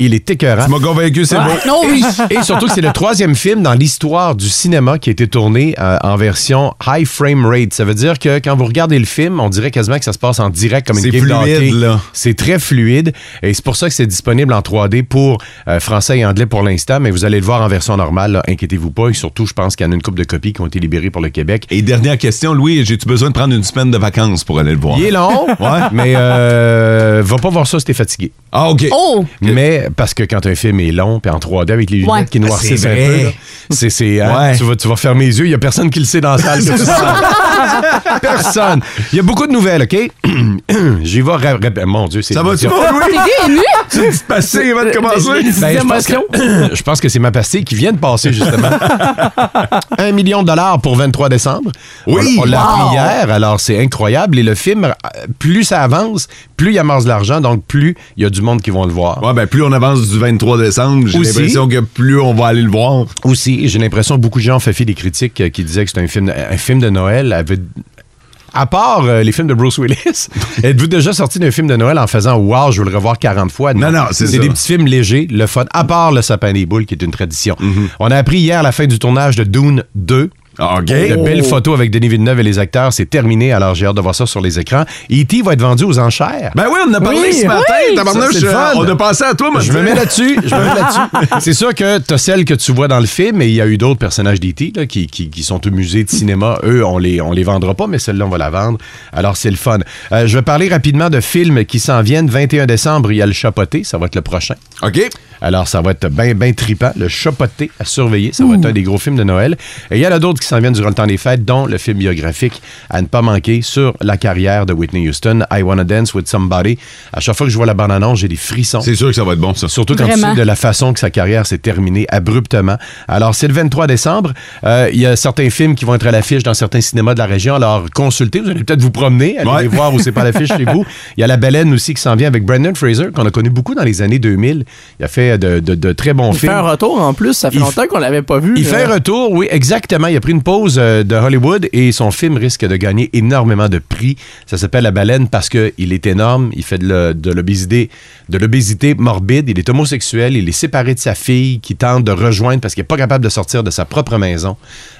Speaker 16: Il est écœurant.
Speaker 3: Tu m'as convaincu, c'est
Speaker 16: Ah.
Speaker 3: beau.
Speaker 16: Non, oui. Et surtout que c'est le troisième film dans l'histoire du cinéma qui a été tourné euh, en version high frame rate. Ça veut dire que quand vous regardez le film, on dirait quasiment que ça se passe en direct comme une
Speaker 3: C'est
Speaker 16: game de
Speaker 3: fluide,
Speaker 16: hockey.
Speaker 3: là.
Speaker 16: C'est très fluide et c'est pour ça que c'est disponible en 3D pour euh, français et anglais pour l'instant, mais vous allez le voir en version normale, là, inquiétez-vous pas. Et surtout, je pense qu'il y en a une coupe de copies qui ont été libérées pour le Québec.
Speaker 3: Et dernière question, Louis, j'ai-tu besoin de prendre une semaine de vacances pour aller le voir?
Speaker 16: Il est long,
Speaker 3: ouais.
Speaker 16: mais euh, va pas voir ça si t'es fatigué.
Speaker 3: Ah, OK.
Speaker 4: Oh!
Speaker 16: Mais parce que quand un film est long, puis en 3D avec les
Speaker 4: Ouais.
Speaker 16: lunettes qui noircissent
Speaker 3: Ah, C'est
Speaker 16: un
Speaker 3: vrai.
Speaker 16: peu, là, c'est, c'est, hein,
Speaker 3: Ouais.
Speaker 16: tu, vas, tu vas fermer les yeux, il n'y a personne qui le sait dans la salle. que tu sors. personne. Il y a beaucoup de nouvelles, OK? J'y vais ra- ra- Mon Dieu, c'est...
Speaker 3: Ça va-tu
Speaker 16: émotion.
Speaker 3: pas, Louis? T'es ému? Euh, C'est une petite
Speaker 16: passer
Speaker 3: pastille avant de commencer.
Speaker 16: je, pense que, je pense que c'est ma pastille qui vient de passer, justement. Un million de dollars pour 23 décembre.
Speaker 3: Oui!
Speaker 16: On, on l'a appris
Speaker 3: Wow!
Speaker 16: hier, alors c'est incroyable. Et le film, euh, plus ça avance, plus il amasse de l'argent, donc plus il y a du monde qui vont le voir.
Speaker 3: Ouais, ben plus on avance du 23 décembre, j'ai
Speaker 16: Aussi.
Speaker 3: l'impression que plus on va aller le voir.
Speaker 16: Aussi, j'ai l'impression que beaucoup de gens ont fait fi des critiques euh, qui disaient que c'était un film, de- un film de Noël avait à part euh, les films de Bruce Willis, êtes-vous déjà sorti d'un film de Noël en faisant Wow, je veux le revoir 40 fois? Non,
Speaker 3: non, c'est ça.
Speaker 16: des petits films légers, le fun, à part le sapin des boules qui est une tradition.
Speaker 3: Mhm.
Speaker 16: On a appris hier la fin du tournage de Dune 2. OK. De belles
Speaker 3: Oh.
Speaker 16: photos avec Denis Villeneuve et les acteurs, c'est terminé. Alors, j'ai hâte de voir ça sur les écrans. E.T. va être vendu aux enchères.
Speaker 3: Ben oui, on en a parlé ce matin, tabarnouche,
Speaker 16: Ça, c'est le fun.
Speaker 3: euh, on a pensé à toi, moi,
Speaker 16: Je me
Speaker 3: tu sais.
Speaker 16: mets là-dessus. Je me mets là-dessus. C'est sûr que t'as celle que tu vois dans le film, et il y a eu d'autres personnages d'E.T. là, qui, qui- qui sont au musée de cinéma. Eux, on les, on les vendra pas, mais celle-là, on va la vendre. Alors, c'est le fun. Euh, je vais parler rapidement de films qui s'en viennent. 21 décembre, il y a Le Chapoté. Ça va être le prochain.
Speaker 3: OK.
Speaker 16: Alors, ça va être bien, bien tripant. Le Chapoté à surveiller. Ça va être un des gros films de Noël. Et il y en a d'autres qui s'en viennent durant le temps des fêtes, dont le film biographique à ne pas manquer sur la carrière de Whitney Houston, I Wanna Dance with Somebody. À chaque fois que je vois la bande-annonce, j'ai des frissons.
Speaker 3: C'est sûr que ça va être bon, ça.
Speaker 16: Surtout quand
Speaker 3: Vraiment.
Speaker 16: tu sais de la façon que sa carrière s'est terminée abruptement. Alors, c'est le 23 décembre. Euh, Il y a certains films qui vont être à l'affiche dans certains cinémas de la région. Alors, consultez. Vous allez peut-être vous promener, allez
Speaker 3: Ouais.
Speaker 16: les voir où c'est pas à l'affiche chez vous. Il y a La Baleine aussi qui s'en vient avec Brendan Fraser, qu'on a connu beaucoup dans les années 2000. Il a fait de, de- de très bons
Speaker 5: Il fait
Speaker 16: films.
Speaker 5: un retour en plus, ça fait
Speaker 16: Il f-
Speaker 5: longtemps qu'on l'avait pas vu.
Speaker 16: Il
Speaker 5: là.
Speaker 16: fait un retour, oui, exactement. Il a pris une pause euh, de Hollywood et son film risque de gagner énormément de prix. Ça s'appelle La Baleine parce qu'il est énorme. Il fait de le- de l'obésité de l'obésité morbide. Il est homosexuel. Il est séparé de sa fille qui tente de rejoindre parce qu'il n'est pas capable de sortir de sa propre maison.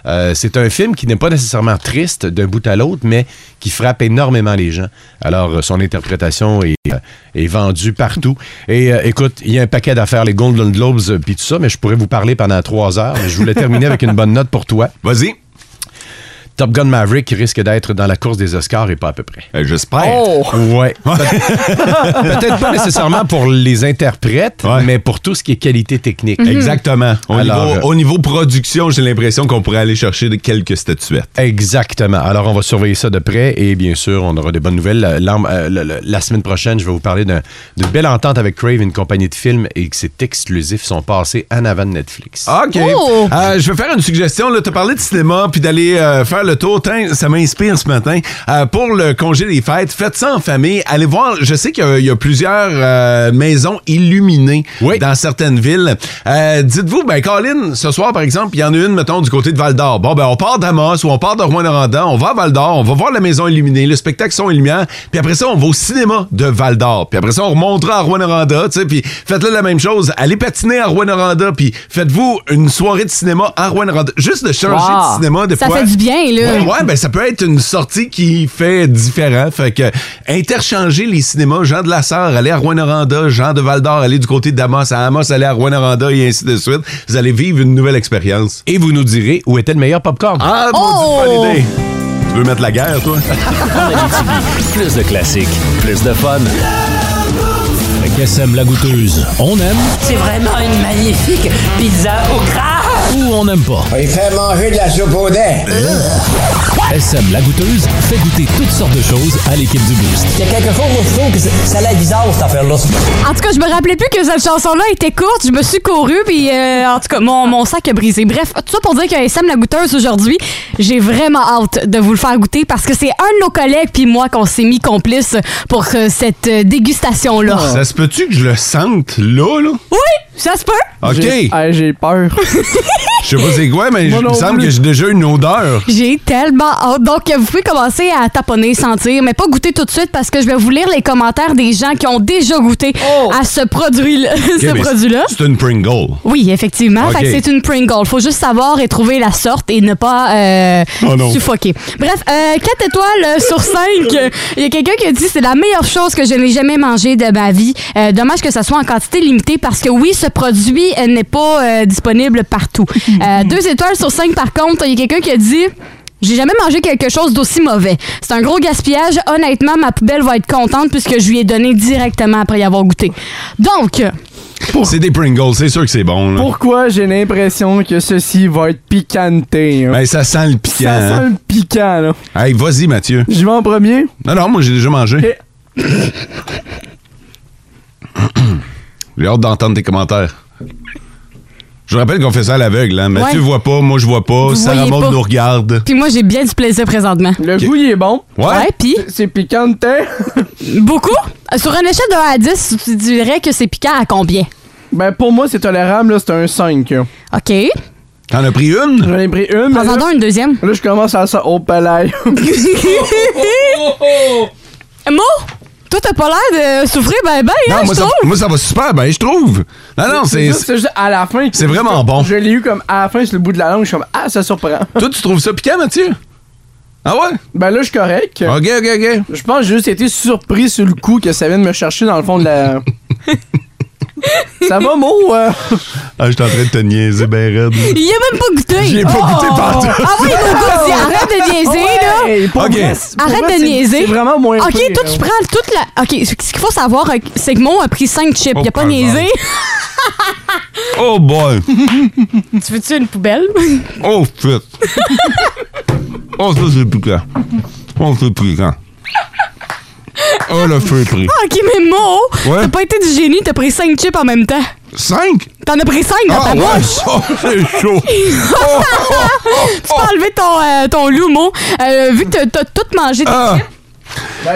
Speaker 16: Euh, C'est un film qui n'est pas nécessairement triste d'un bout à l'autre, mais qui frappe énormément les gens. Alors, euh, son interprétation est, euh, est vendue partout. Et euh, écoute, il y a un paquet d'affaires, les Golden Globes, euh, puis tout ça, mais je pourrais vous parler pendant trois heures. Mais je voulais terminer avec une bonne note pour toi.
Speaker 3: Vas-y.
Speaker 16: Top Gun Maverick risque d'être dans la course des Oscars et pas à peu près.
Speaker 3: Euh, J'espère.
Speaker 16: Ouais. Peut-être pas nécessairement pour les interprètes, mais pour tout ce qui est qualité technique.
Speaker 3: Mhm. Exactement. Au,
Speaker 16: Alors,
Speaker 3: niveau,
Speaker 16: euh,
Speaker 3: au niveau production, j'ai l'impression qu'on pourrait aller chercher de- quelques statuettes.
Speaker 16: Exactement. Alors, on va surveiller ça de près et bien sûr, on aura des bonnes nouvelles. La, l'am- euh, la- la- la semaine prochaine, je vais vous parler d'un- d'une belle entente avec Crave, une compagnie de films, et que c'est exclusif. Ils sont passés en avant de Netflix.
Speaker 3: OK. Euh, je vais faire une suggestion. Tu as parlé de cinéma puis d'aller euh, faire le tour. Tiens, ça m'inspire ce matin. Euh, pour le congé des fêtes, faites ça en famille. Allez voir. Je sais qu'il y a- il y, a plusieurs euh, maisons illuminées dans certaines villes. Euh, Dites-vous, ben, Colin, ce soir, par exemple, il y en a une, mettons, du côté de Val d'Or. Bon, ben, on part d'Amos ou on part de Rouen-Noranda, on va à Val d'Or, on va voir la maison illuminée, le spectacle son et lumière, puis après ça, on va au cinéma de Val d'Or. Puis après ça, on remontera à Rouen-Noranda, tu sais, puis faites-le la même chose. Allez patiner à Rouen-Noranda, puis faites-vous une soirée de cinéma à Rouen-Noranda. Juste de changer
Speaker 4: Wow.
Speaker 3: de cinéma, des
Speaker 4: Ça
Speaker 3: fois.
Speaker 4: fait du bien, là.
Speaker 3: Ouais, ouais, ben, ça peut être une sortie qui fait différent. Fait que, interchanger les cinémas, Jean de la Sarre, aller à Rouen-Noranda, Jean de Val-d'Or, aller du côté d'Amos à Amos, aller à Rouen-Noranda et ainsi de suite. Vous allez vivre une nouvelle expérience.
Speaker 16: Et vous nous direz où était le meilleur popcorn.
Speaker 3: Ah,
Speaker 2: Oh!
Speaker 3: maudite bonne idée. Tu veux mettre la guerre, toi?
Speaker 2: En Abitibi, plus de classiques, plus de fun. Le KSM la goûteuse, on aime
Speaker 9: C'est vraiment une magnifique pizza au gras.
Speaker 2: ou on n'aime pas.
Speaker 9: Il fait manger de la soupe au
Speaker 2: SM la goûteuse fait goûter toutes sortes de choses à l'équipe du Boost.
Speaker 6: Il y a quelquefois où je trouve que c'est- ça a l'air bizarre, cette affaire-là.
Speaker 4: En tout cas, je me rappelais plus que cette chanson-là était courte. Je me suis courue, puis euh, en tout cas, mon, mon sac a brisé. Bref, tout ça pour dire qu'un SM la goûteuse aujourd'hui, j'ai vraiment hâte de vous le faire goûter parce que c'est un de nos collègues puis moi qu'on s'est mis complices pour euh, cette euh, dégustation-là.
Speaker 5: Ah.
Speaker 3: Ça se peut-tu que je le sente là, là?
Speaker 4: Oui, ça se peut.
Speaker 3: OK.
Speaker 5: J'ai- Ah, J'ai peur.
Speaker 3: Je sais pas c'est quoi, mais je-
Speaker 5: Moi
Speaker 3: il me
Speaker 5: non
Speaker 3: semble
Speaker 5: plus.
Speaker 3: que j'ai déjà une odeur.
Speaker 4: J'ai tellement hâte. Donc, vous pouvez commencer à taponner, sentir, mais pas goûter tout de suite parce que je vais vous lire les commentaires des gens qui ont déjà goûté à ce produit-là. ce
Speaker 3: Oh! Ok, mais
Speaker 4: produit-là.
Speaker 3: C'est une Pringle.
Speaker 4: Oui, effectivement.
Speaker 3: Ok.
Speaker 4: Fait que c'est une Pringle. Faut juste savoir et trouver la sorte et ne pas euh,
Speaker 3: Oh non.
Speaker 4: suffoquer. Bref, euh, 4 étoiles euh, sur 5. Il y a quelqu'un qui a dit c'est la meilleure chose que je n'ai jamais mangée de ma vie. Euh, dommage que ça soit en quantité limitée parce que oui, ce produit euh, n'est pas euh, disponible partout. Euh, 2 étoiles sur 5 par contre, il y a quelqu'un qui a dit j'ai jamais mangé quelque chose d'aussi mauvais. C'est un gros gaspillage. Honnêtement, ma poubelle va être contente puisque je lui ai donné directement après y avoir goûté. Donc,
Speaker 3: C'est des Pringles, c'est sûr que c'est bon. Là.
Speaker 5: Pourquoi j'ai l'impression que ceci va être piquanté? hein?
Speaker 3: Ben, ça sent le piquant.
Speaker 5: ça sent
Speaker 3: hein.
Speaker 5: le piquant, là.
Speaker 3: Hey, vas-y, Mathieu.
Speaker 5: Je vais en premier.
Speaker 3: Non, non, moi, j'ai déjà mangé. j'ai hâte d'entendre tes commentaires. Je rappelle qu'on fait ça à l'aveugle. Hein. Mathieu
Speaker 4: Ouais.
Speaker 3: voit pas, moi, je vois pas.
Speaker 4: Vous
Speaker 3: Sarah
Speaker 4: voyez
Speaker 3: Maud
Speaker 4: pas.
Speaker 3: nous regarde.
Speaker 4: Puis moi, j'ai bien du plaisir présentement.
Speaker 5: Le goût, il est bon.
Speaker 3: Ouais.
Speaker 4: puis.
Speaker 5: C'est piquanté.
Speaker 4: Beaucoup? Sur une échelle de 1 à 10, tu dirais que c'est piquant à combien?
Speaker 5: Ben, pour moi, c'est tolérable, là. C'est un 5.
Speaker 4: OK.
Speaker 3: T'en as pris une?
Speaker 5: J'en ai pris une.
Speaker 4: Prends-en donc une deuxième.
Speaker 5: Là, je commence à ça au palais.
Speaker 4: Mo, toi, t'as pas l'air de souffrir ben ben, hein,
Speaker 3: Non, moi
Speaker 4: je
Speaker 3: ça,
Speaker 4: trouve.
Speaker 3: moi, ça va super bien, je trouve. Non, Ah non, c'est.
Speaker 5: juste- juste à la fin.
Speaker 3: c'est vraiment bon.
Speaker 5: Je l'ai eu comme à la fin sur le bout de la langue. Je suis comme, ah, ça surprend.
Speaker 3: Toi, tu trouves ça piquant, Mathieu? Ah ouais?
Speaker 5: Ben là, je suis correct.
Speaker 3: Ok, ok, ok.
Speaker 5: Je pense que j'ai juste été surpris sur le coup que ça vienne me chercher dans le fond de la. ça va, Mo? euh?
Speaker 3: Ah, je suis en train de te niaiser, ben raide.
Speaker 4: Il a même pas goûté.
Speaker 3: J'ai pas goûté partout.
Speaker 4: Ah oui, mon gars, dis, arrête de niaiser,
Speaker 5: Ouais,
Speaker 4: là.
Speaker 5: pour
Speaker 3: Ok.
Speaker 5: vrai, c'est- pour
Speaker 4: Arrête
Speaker 5: vrai,
Speaker 4: de
Speaker 5: c'est-
Speaker 4: niaiser.
Speaker 5: C'est vraiment moins
Speaker 4: OK,
Speaker 5: pire.
Speaker 4: toi, tu prends toute la. OK, ce qu'il faut savoir, euh, c'est que Mo a pris 5 chips. Il a pas
Speaker 3: pardon.
Speaker 4: niaisé.
Speaker 3: Oh boy!
Speaker 4: tu veux-tu une poubelle?
Speaker 3: Oh shit! oh, ça, c'est piquant. Oh, c'est piquant. Oh, le feu est pris.
Speaker 4: Ah, OK, mais Mo,
Speaker 3: Ouais.
Speaker 4: t'as pas été du génie, t'as pris 5 chips en même temps.
Speaker 3: Cinq?
Speaker 4: T'en as pris 5 dans
Speaker 3: Ah
Speaker 4: ta
Speaker 3: ouais,
Speaker 4: bouche.
Speaker 3: ça, c'est chaud. Oh,
Speaker 4: tu peux enlever ton, euh, ton loup, Mo. Euh, vu que t'as- t'as tout mangé tes
Speaker 3: Ah.
Speaker 4: chips.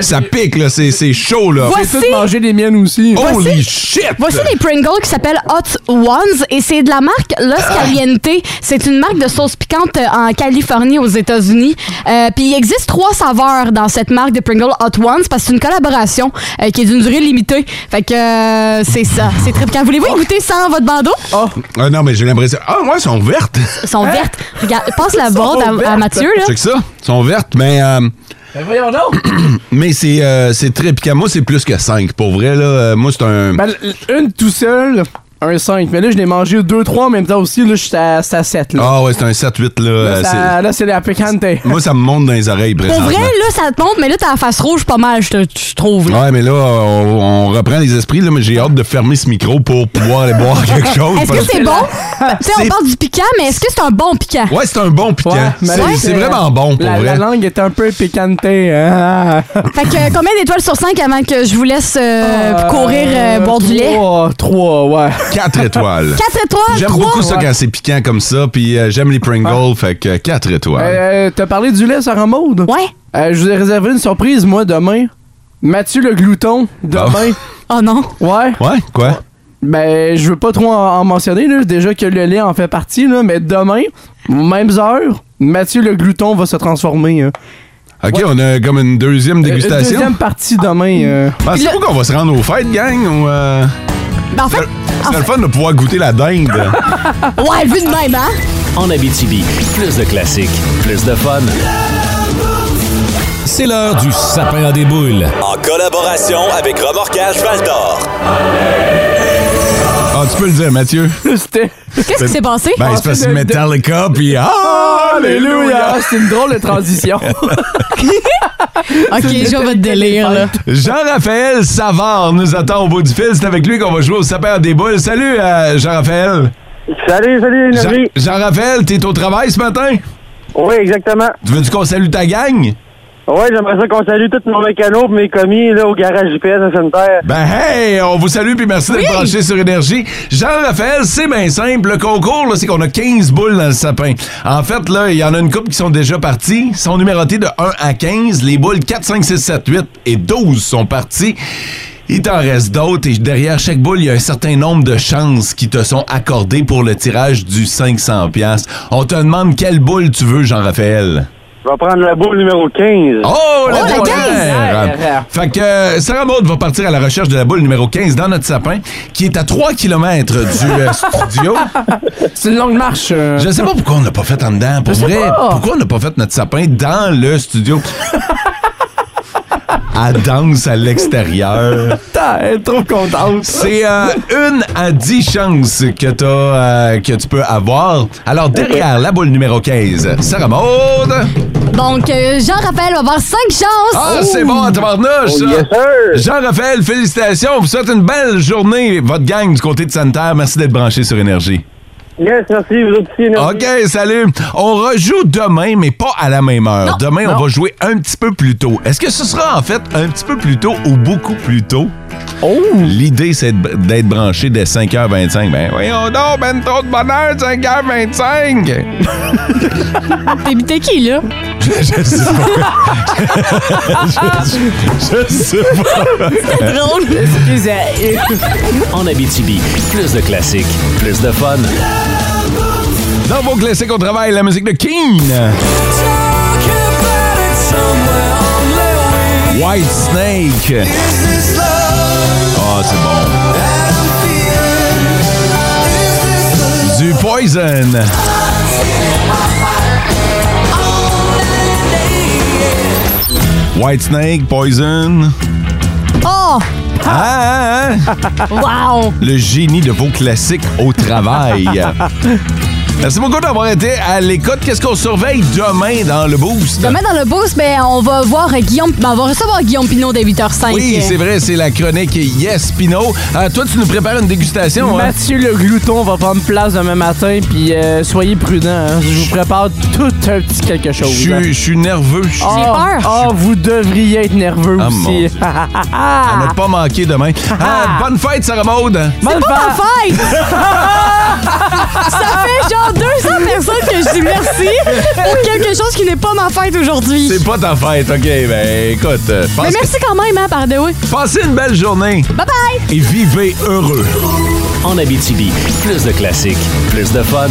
Speaker 3: Ça pique, là, c'est c'est chaud, là.
Speaker 4: Voici- Oh,
Speaker 5: J'ai tout mangé les miennes aussi.
Speaker 3: Holy shit!
Speaker 4: Voici des Pringles qui s'appellent Hot Ones et c'est de la marque Los
Speaker 3: Ah.
Speaker 4: Caliente. C'est une marque de sauce piquante euh, en Californie aux États-Unis. Euh, Puis il existe trois saveurs dans cette marque de Pringles Hot Ones parce que c'est une collaboration euh, qui est d'une durée limitée. Fait que euh, c'est ça, c'est très piquant. Voulez-vous y goûter sans votre bandeau?
Speaker 3: Ah, non, mais j'ai l'impression. Ah, ouais, elles sont vertes.
Speaker 4: Elles sont vertes. Regarde, passe la bande à, à Mathieu là.
Speaker 3: C'est que ça. Elles sont vertes, mais. euh,
Speaker 5: Ben voyons donc.
Speaker 3: mais c'est euh, c'est très piquant. Moi, c'est plus que 5. Pour vrai, là, euh, moi, c'est un.
Speaker 5: Ben, l- une tout seul, un 5. Mais là, je l'ai mangé 2-3 en même temps aussi. Là, je suis à, 7. Là,
Speaker 3: Ah, ouais, c'est un 7-8,
Speaker 5: Là,
Speaker 3: là. euh,
Speaker 5: ça- là, c'est la picante.
Speaker 3: c'est- Moi, ça me monte dans les oreilles,
Speaker 4: Pour
Speaker 3: présentement.
Speaker 4: vrai, là, ça te monte, mais là, t'as la face rouge pas mal, je te- je trouve. là.
Speaker 3: Ouais, mais là, on, on reprend les esprits, là, mais j'ai hâte de fermer ce micro pour pouvoir aller boire quelque chose.
Speaker 4: Est-ce que
Speaker 3: parce
Speaker 4: c'est bon? Tu sais, on
Speaker 3: C'est-
Speaker 4: parle du piquant, mais est-ce que c'est un bon piquant?
Speaker 3: Ouais, c'est un bon piquant.
Speaker 5: Ouais, mais là,
Speaker 3: c'est c'est vraiment bon, pour
Speaker 5: la,
Speaker 3: vrai.
Speaker 5: La langue est un peu picante. hein.
Speaker 4: Fait que euh, combien d'étoiles sur 5 avant que je vous laisse euh, courir euh, boire du lait?
Speaker 5: 3, 3, ouais.
Speaker 3: 4 étoiles.
Speaker 4: 4 étoiles?
Speaker 3: J'aime
Speaker 4: trois?
Speaker 3: beaucoup ça
Speaker 4: Ouais.
Speaker 3: quand c'est piquant comme ça, puis euh, j'aime les Pringles, fait que 4 étoiles.
Speaker 5: Euh, T'as parlé du lait, Sarah Maude?
Speaker 4: Ouais.
Speaker 5: Euh, je vous ai réservé une surprise, moi, demain. Mathieu le glouton, demain.
Speaker 4: Oh non.
Speaker 5: Ouais.
Speaker 3: Ah Ouais, quoi?
Speaker 5: Ben, je veux pas trop en, en mentionner, là. Déjà que le lait en fait partie, là. Mais demain, mêmes heures, Mathieu le glouton va se transformer. hein.
Speaker 3: Ok, on a comme une deuxième
Speaker 5: Euh,
Speaker 3: dégustation.
Speaker 5: Deuxième partie demain. euh.
Speaker 3: pensez vous Ben, qu'on va se rendre aux fêtes, gang? Ou, euh,
Speaker 4: Ben, en fait,
Speaker 3: C'est le fun de pouvoir goûter la dinde.
Speaker 4: ouais, vu de même, hein?
Speaker 2: En Abitibi, plus de classiques, plus de fun.
Speaker 15: C'est l'heure du sapin à des boules.
Speaker 18: En collaboration avec Remorquage Valdor.
Speaker 3: Ah, tu peux le dire, Mathieu?
Speaker 5: C'était. Ah,
Speaker 4: Qu'est-ce qui s'est passé?
Speaker 3: Ben, c'est parce que Metallica, puis Alléluia!
Speaker 5: Alléluia! C'est une drôle de transition.
Speaker 4: ok, je vois votre délire, là.
Speaker 3: Jean-Raphaël Savard nous attend au bout du fil. C'est avec lui qu'on va jouer au sapin des boules. Salut, euh, Jean-Raphaël.
Speaker 12: Salut, salut,
Speaker 3: Jean-
Speaker 12: Énergie.
Speaker 3: Jean-Raphaël, t'es au travail ce matin?
Speaker 12: Oui, exactement.
Speaker 3: Tu veux-tu qu'on salue ta gang?
Speaker 12: Oui, j'aimerais ça qu'on salue tous nos mécanos pis mes commis là, au garage GPS à Sainte-Terre.
Speaker 3: Ben hey, on vous salue puis merci d'être branché sur Énergie. Jean-Raphaël, c'est bien simple. Le concours, là, c'est qu'on a 15 boules dans le sapin. En fait, là, il y en a une couple qui sont déjà parties. Ils sont numérotées de 1 à 15. Les boules 4, 5, 6, 7, 8 et 12 sont parties. Il t'en reste d'autres et derrière chaque boule, il y a un certain nombre de chances qui te sont accordées pour le tirage du 500 pièces. On te demande quelle boule tu veux, Jean-Raphaël.
Speaker 12: Je vais prendre la boule numéro 15.
Speaker 3: Oh, la
Speaker 12: Oh, la
Speaker 3: dernière!
Speaker 12: dernière!
Speaker 3: Fait que euh, Sarah Maud va partir à la recherche de la boule numéro 15 dans notre sapin, qui est à 3 km du euh, studio.
Speaker 5: C'est une longue marche. euh.
Speaker 3: Je sais pas pourquoi on l'a pas fait en dedans, pour
Speaker 5: Je sais
Speaker 3: vrai.
Speaker 5: pas.
Speaker 3: Pourquoi on n'a pas fait notre sapin dans le studio? à danse à l'extérieur.
Speaker 5: Putain, elle est trop contente.
Speaker 3: C'est euh, une à 10 chances que, t'as, euh, que tu peux avoir. Alors, derrière la boule numéro 15, Sarah Maud.
Speaker 4: Donc, euh, Jean-Raphaël va avoir 5 chances.
Speaker 3: Ah, c'est bon, en tabarnouche, ça. Jean-Raphaël, félicitations. On vous souhaite une belle journée, votre gang du côté de Santerre. Merci d'être branché sur Énergie.
Speaker 12: Yes, merci, vous autres aussi, Énergie.
Speaker 3: OK, salut. On rejoue demain, mais pas à la même heure. Demain, on va jouer un petit peu plus tôt. Est-ce que ce sera en fait un petit peu plus tôt ou beaucoup plus tôt?
Speaker 5: Oh!
Speaker 3: L'idée, c'est de- d'être branché dès 5h25. Ben voyons donc, ben trop de bonheur, 5h25!
Speaker 4: T'es- T'es qui, là?
Speaker 3: Je sais pas. je, je sais pas.
Speaker 4: C'est drôle.
Speaker 2: En Abitibi, plus de classiques, plus de fun.
Speaker 3: Dans vos classiques au travail, la musique de Keane. White Snake. Ah, c'est bon. Du Poison. White Snake, Poison.
Speaker 4: Oh!
Speaker 3: Ah, ah, ah.
Speaker 4: Wow!
Speaker 3: Le génie de vos classiques au travail. Merci beaucoup d'avoir été à l'écoute. Qu'est-ce qu'on surveille demain dans le boost?
Speaker 4: Demain dans le boost, ben, on va voir Guillaume. ben, on va recevoir Guillaume Pinot dès 8h05.
Speaker 3: Oui, c'est vrai, c'est la chronique Yes Pinot. Ah, toi, tu nous prépares une dégustation. hein?
Speaker 5: Mathieu le glouton va prendre place demain matin, puis euh, soyez prudents. hein. Je vous prépare tout un petit quelque
Speaker 3: Je
Speaker 5: chose. hein.
Speaker 3: suis- je suis nerveux. Je suis-
Speaker 5: Ah, ah, vous devriez être nerveux
Speaker 3: Ah, mon
Speaker 5: aussi.
Speaker 3: Dieu.
Speaker 4: Ah.
Speaker 3: À ne pas manquer demain. Ah, bonne fête, Sarah Maude.
Speaker 5: Bonne
Speaker 4: pas ma
Speaker 5: fête.
Speaker 4: fête! Ça fait genre 200 personnes que je dis merci pour quelque chose qui n'est pas ma fête aujourd'hui.
Speaker 3: C'est pas ta fête, ok? Ben écoute, euh, pense
Speaker 4: Mais
Speaker 3: que-
Speaker 4: merci quand même, hein, par the way.
Speaker 3: passez une belle journée
Speaker 4: Bye bye!
Speaker 3: et vivez heureux.
Speaker 2: En Abitibi, plus de classiques, plus de fun.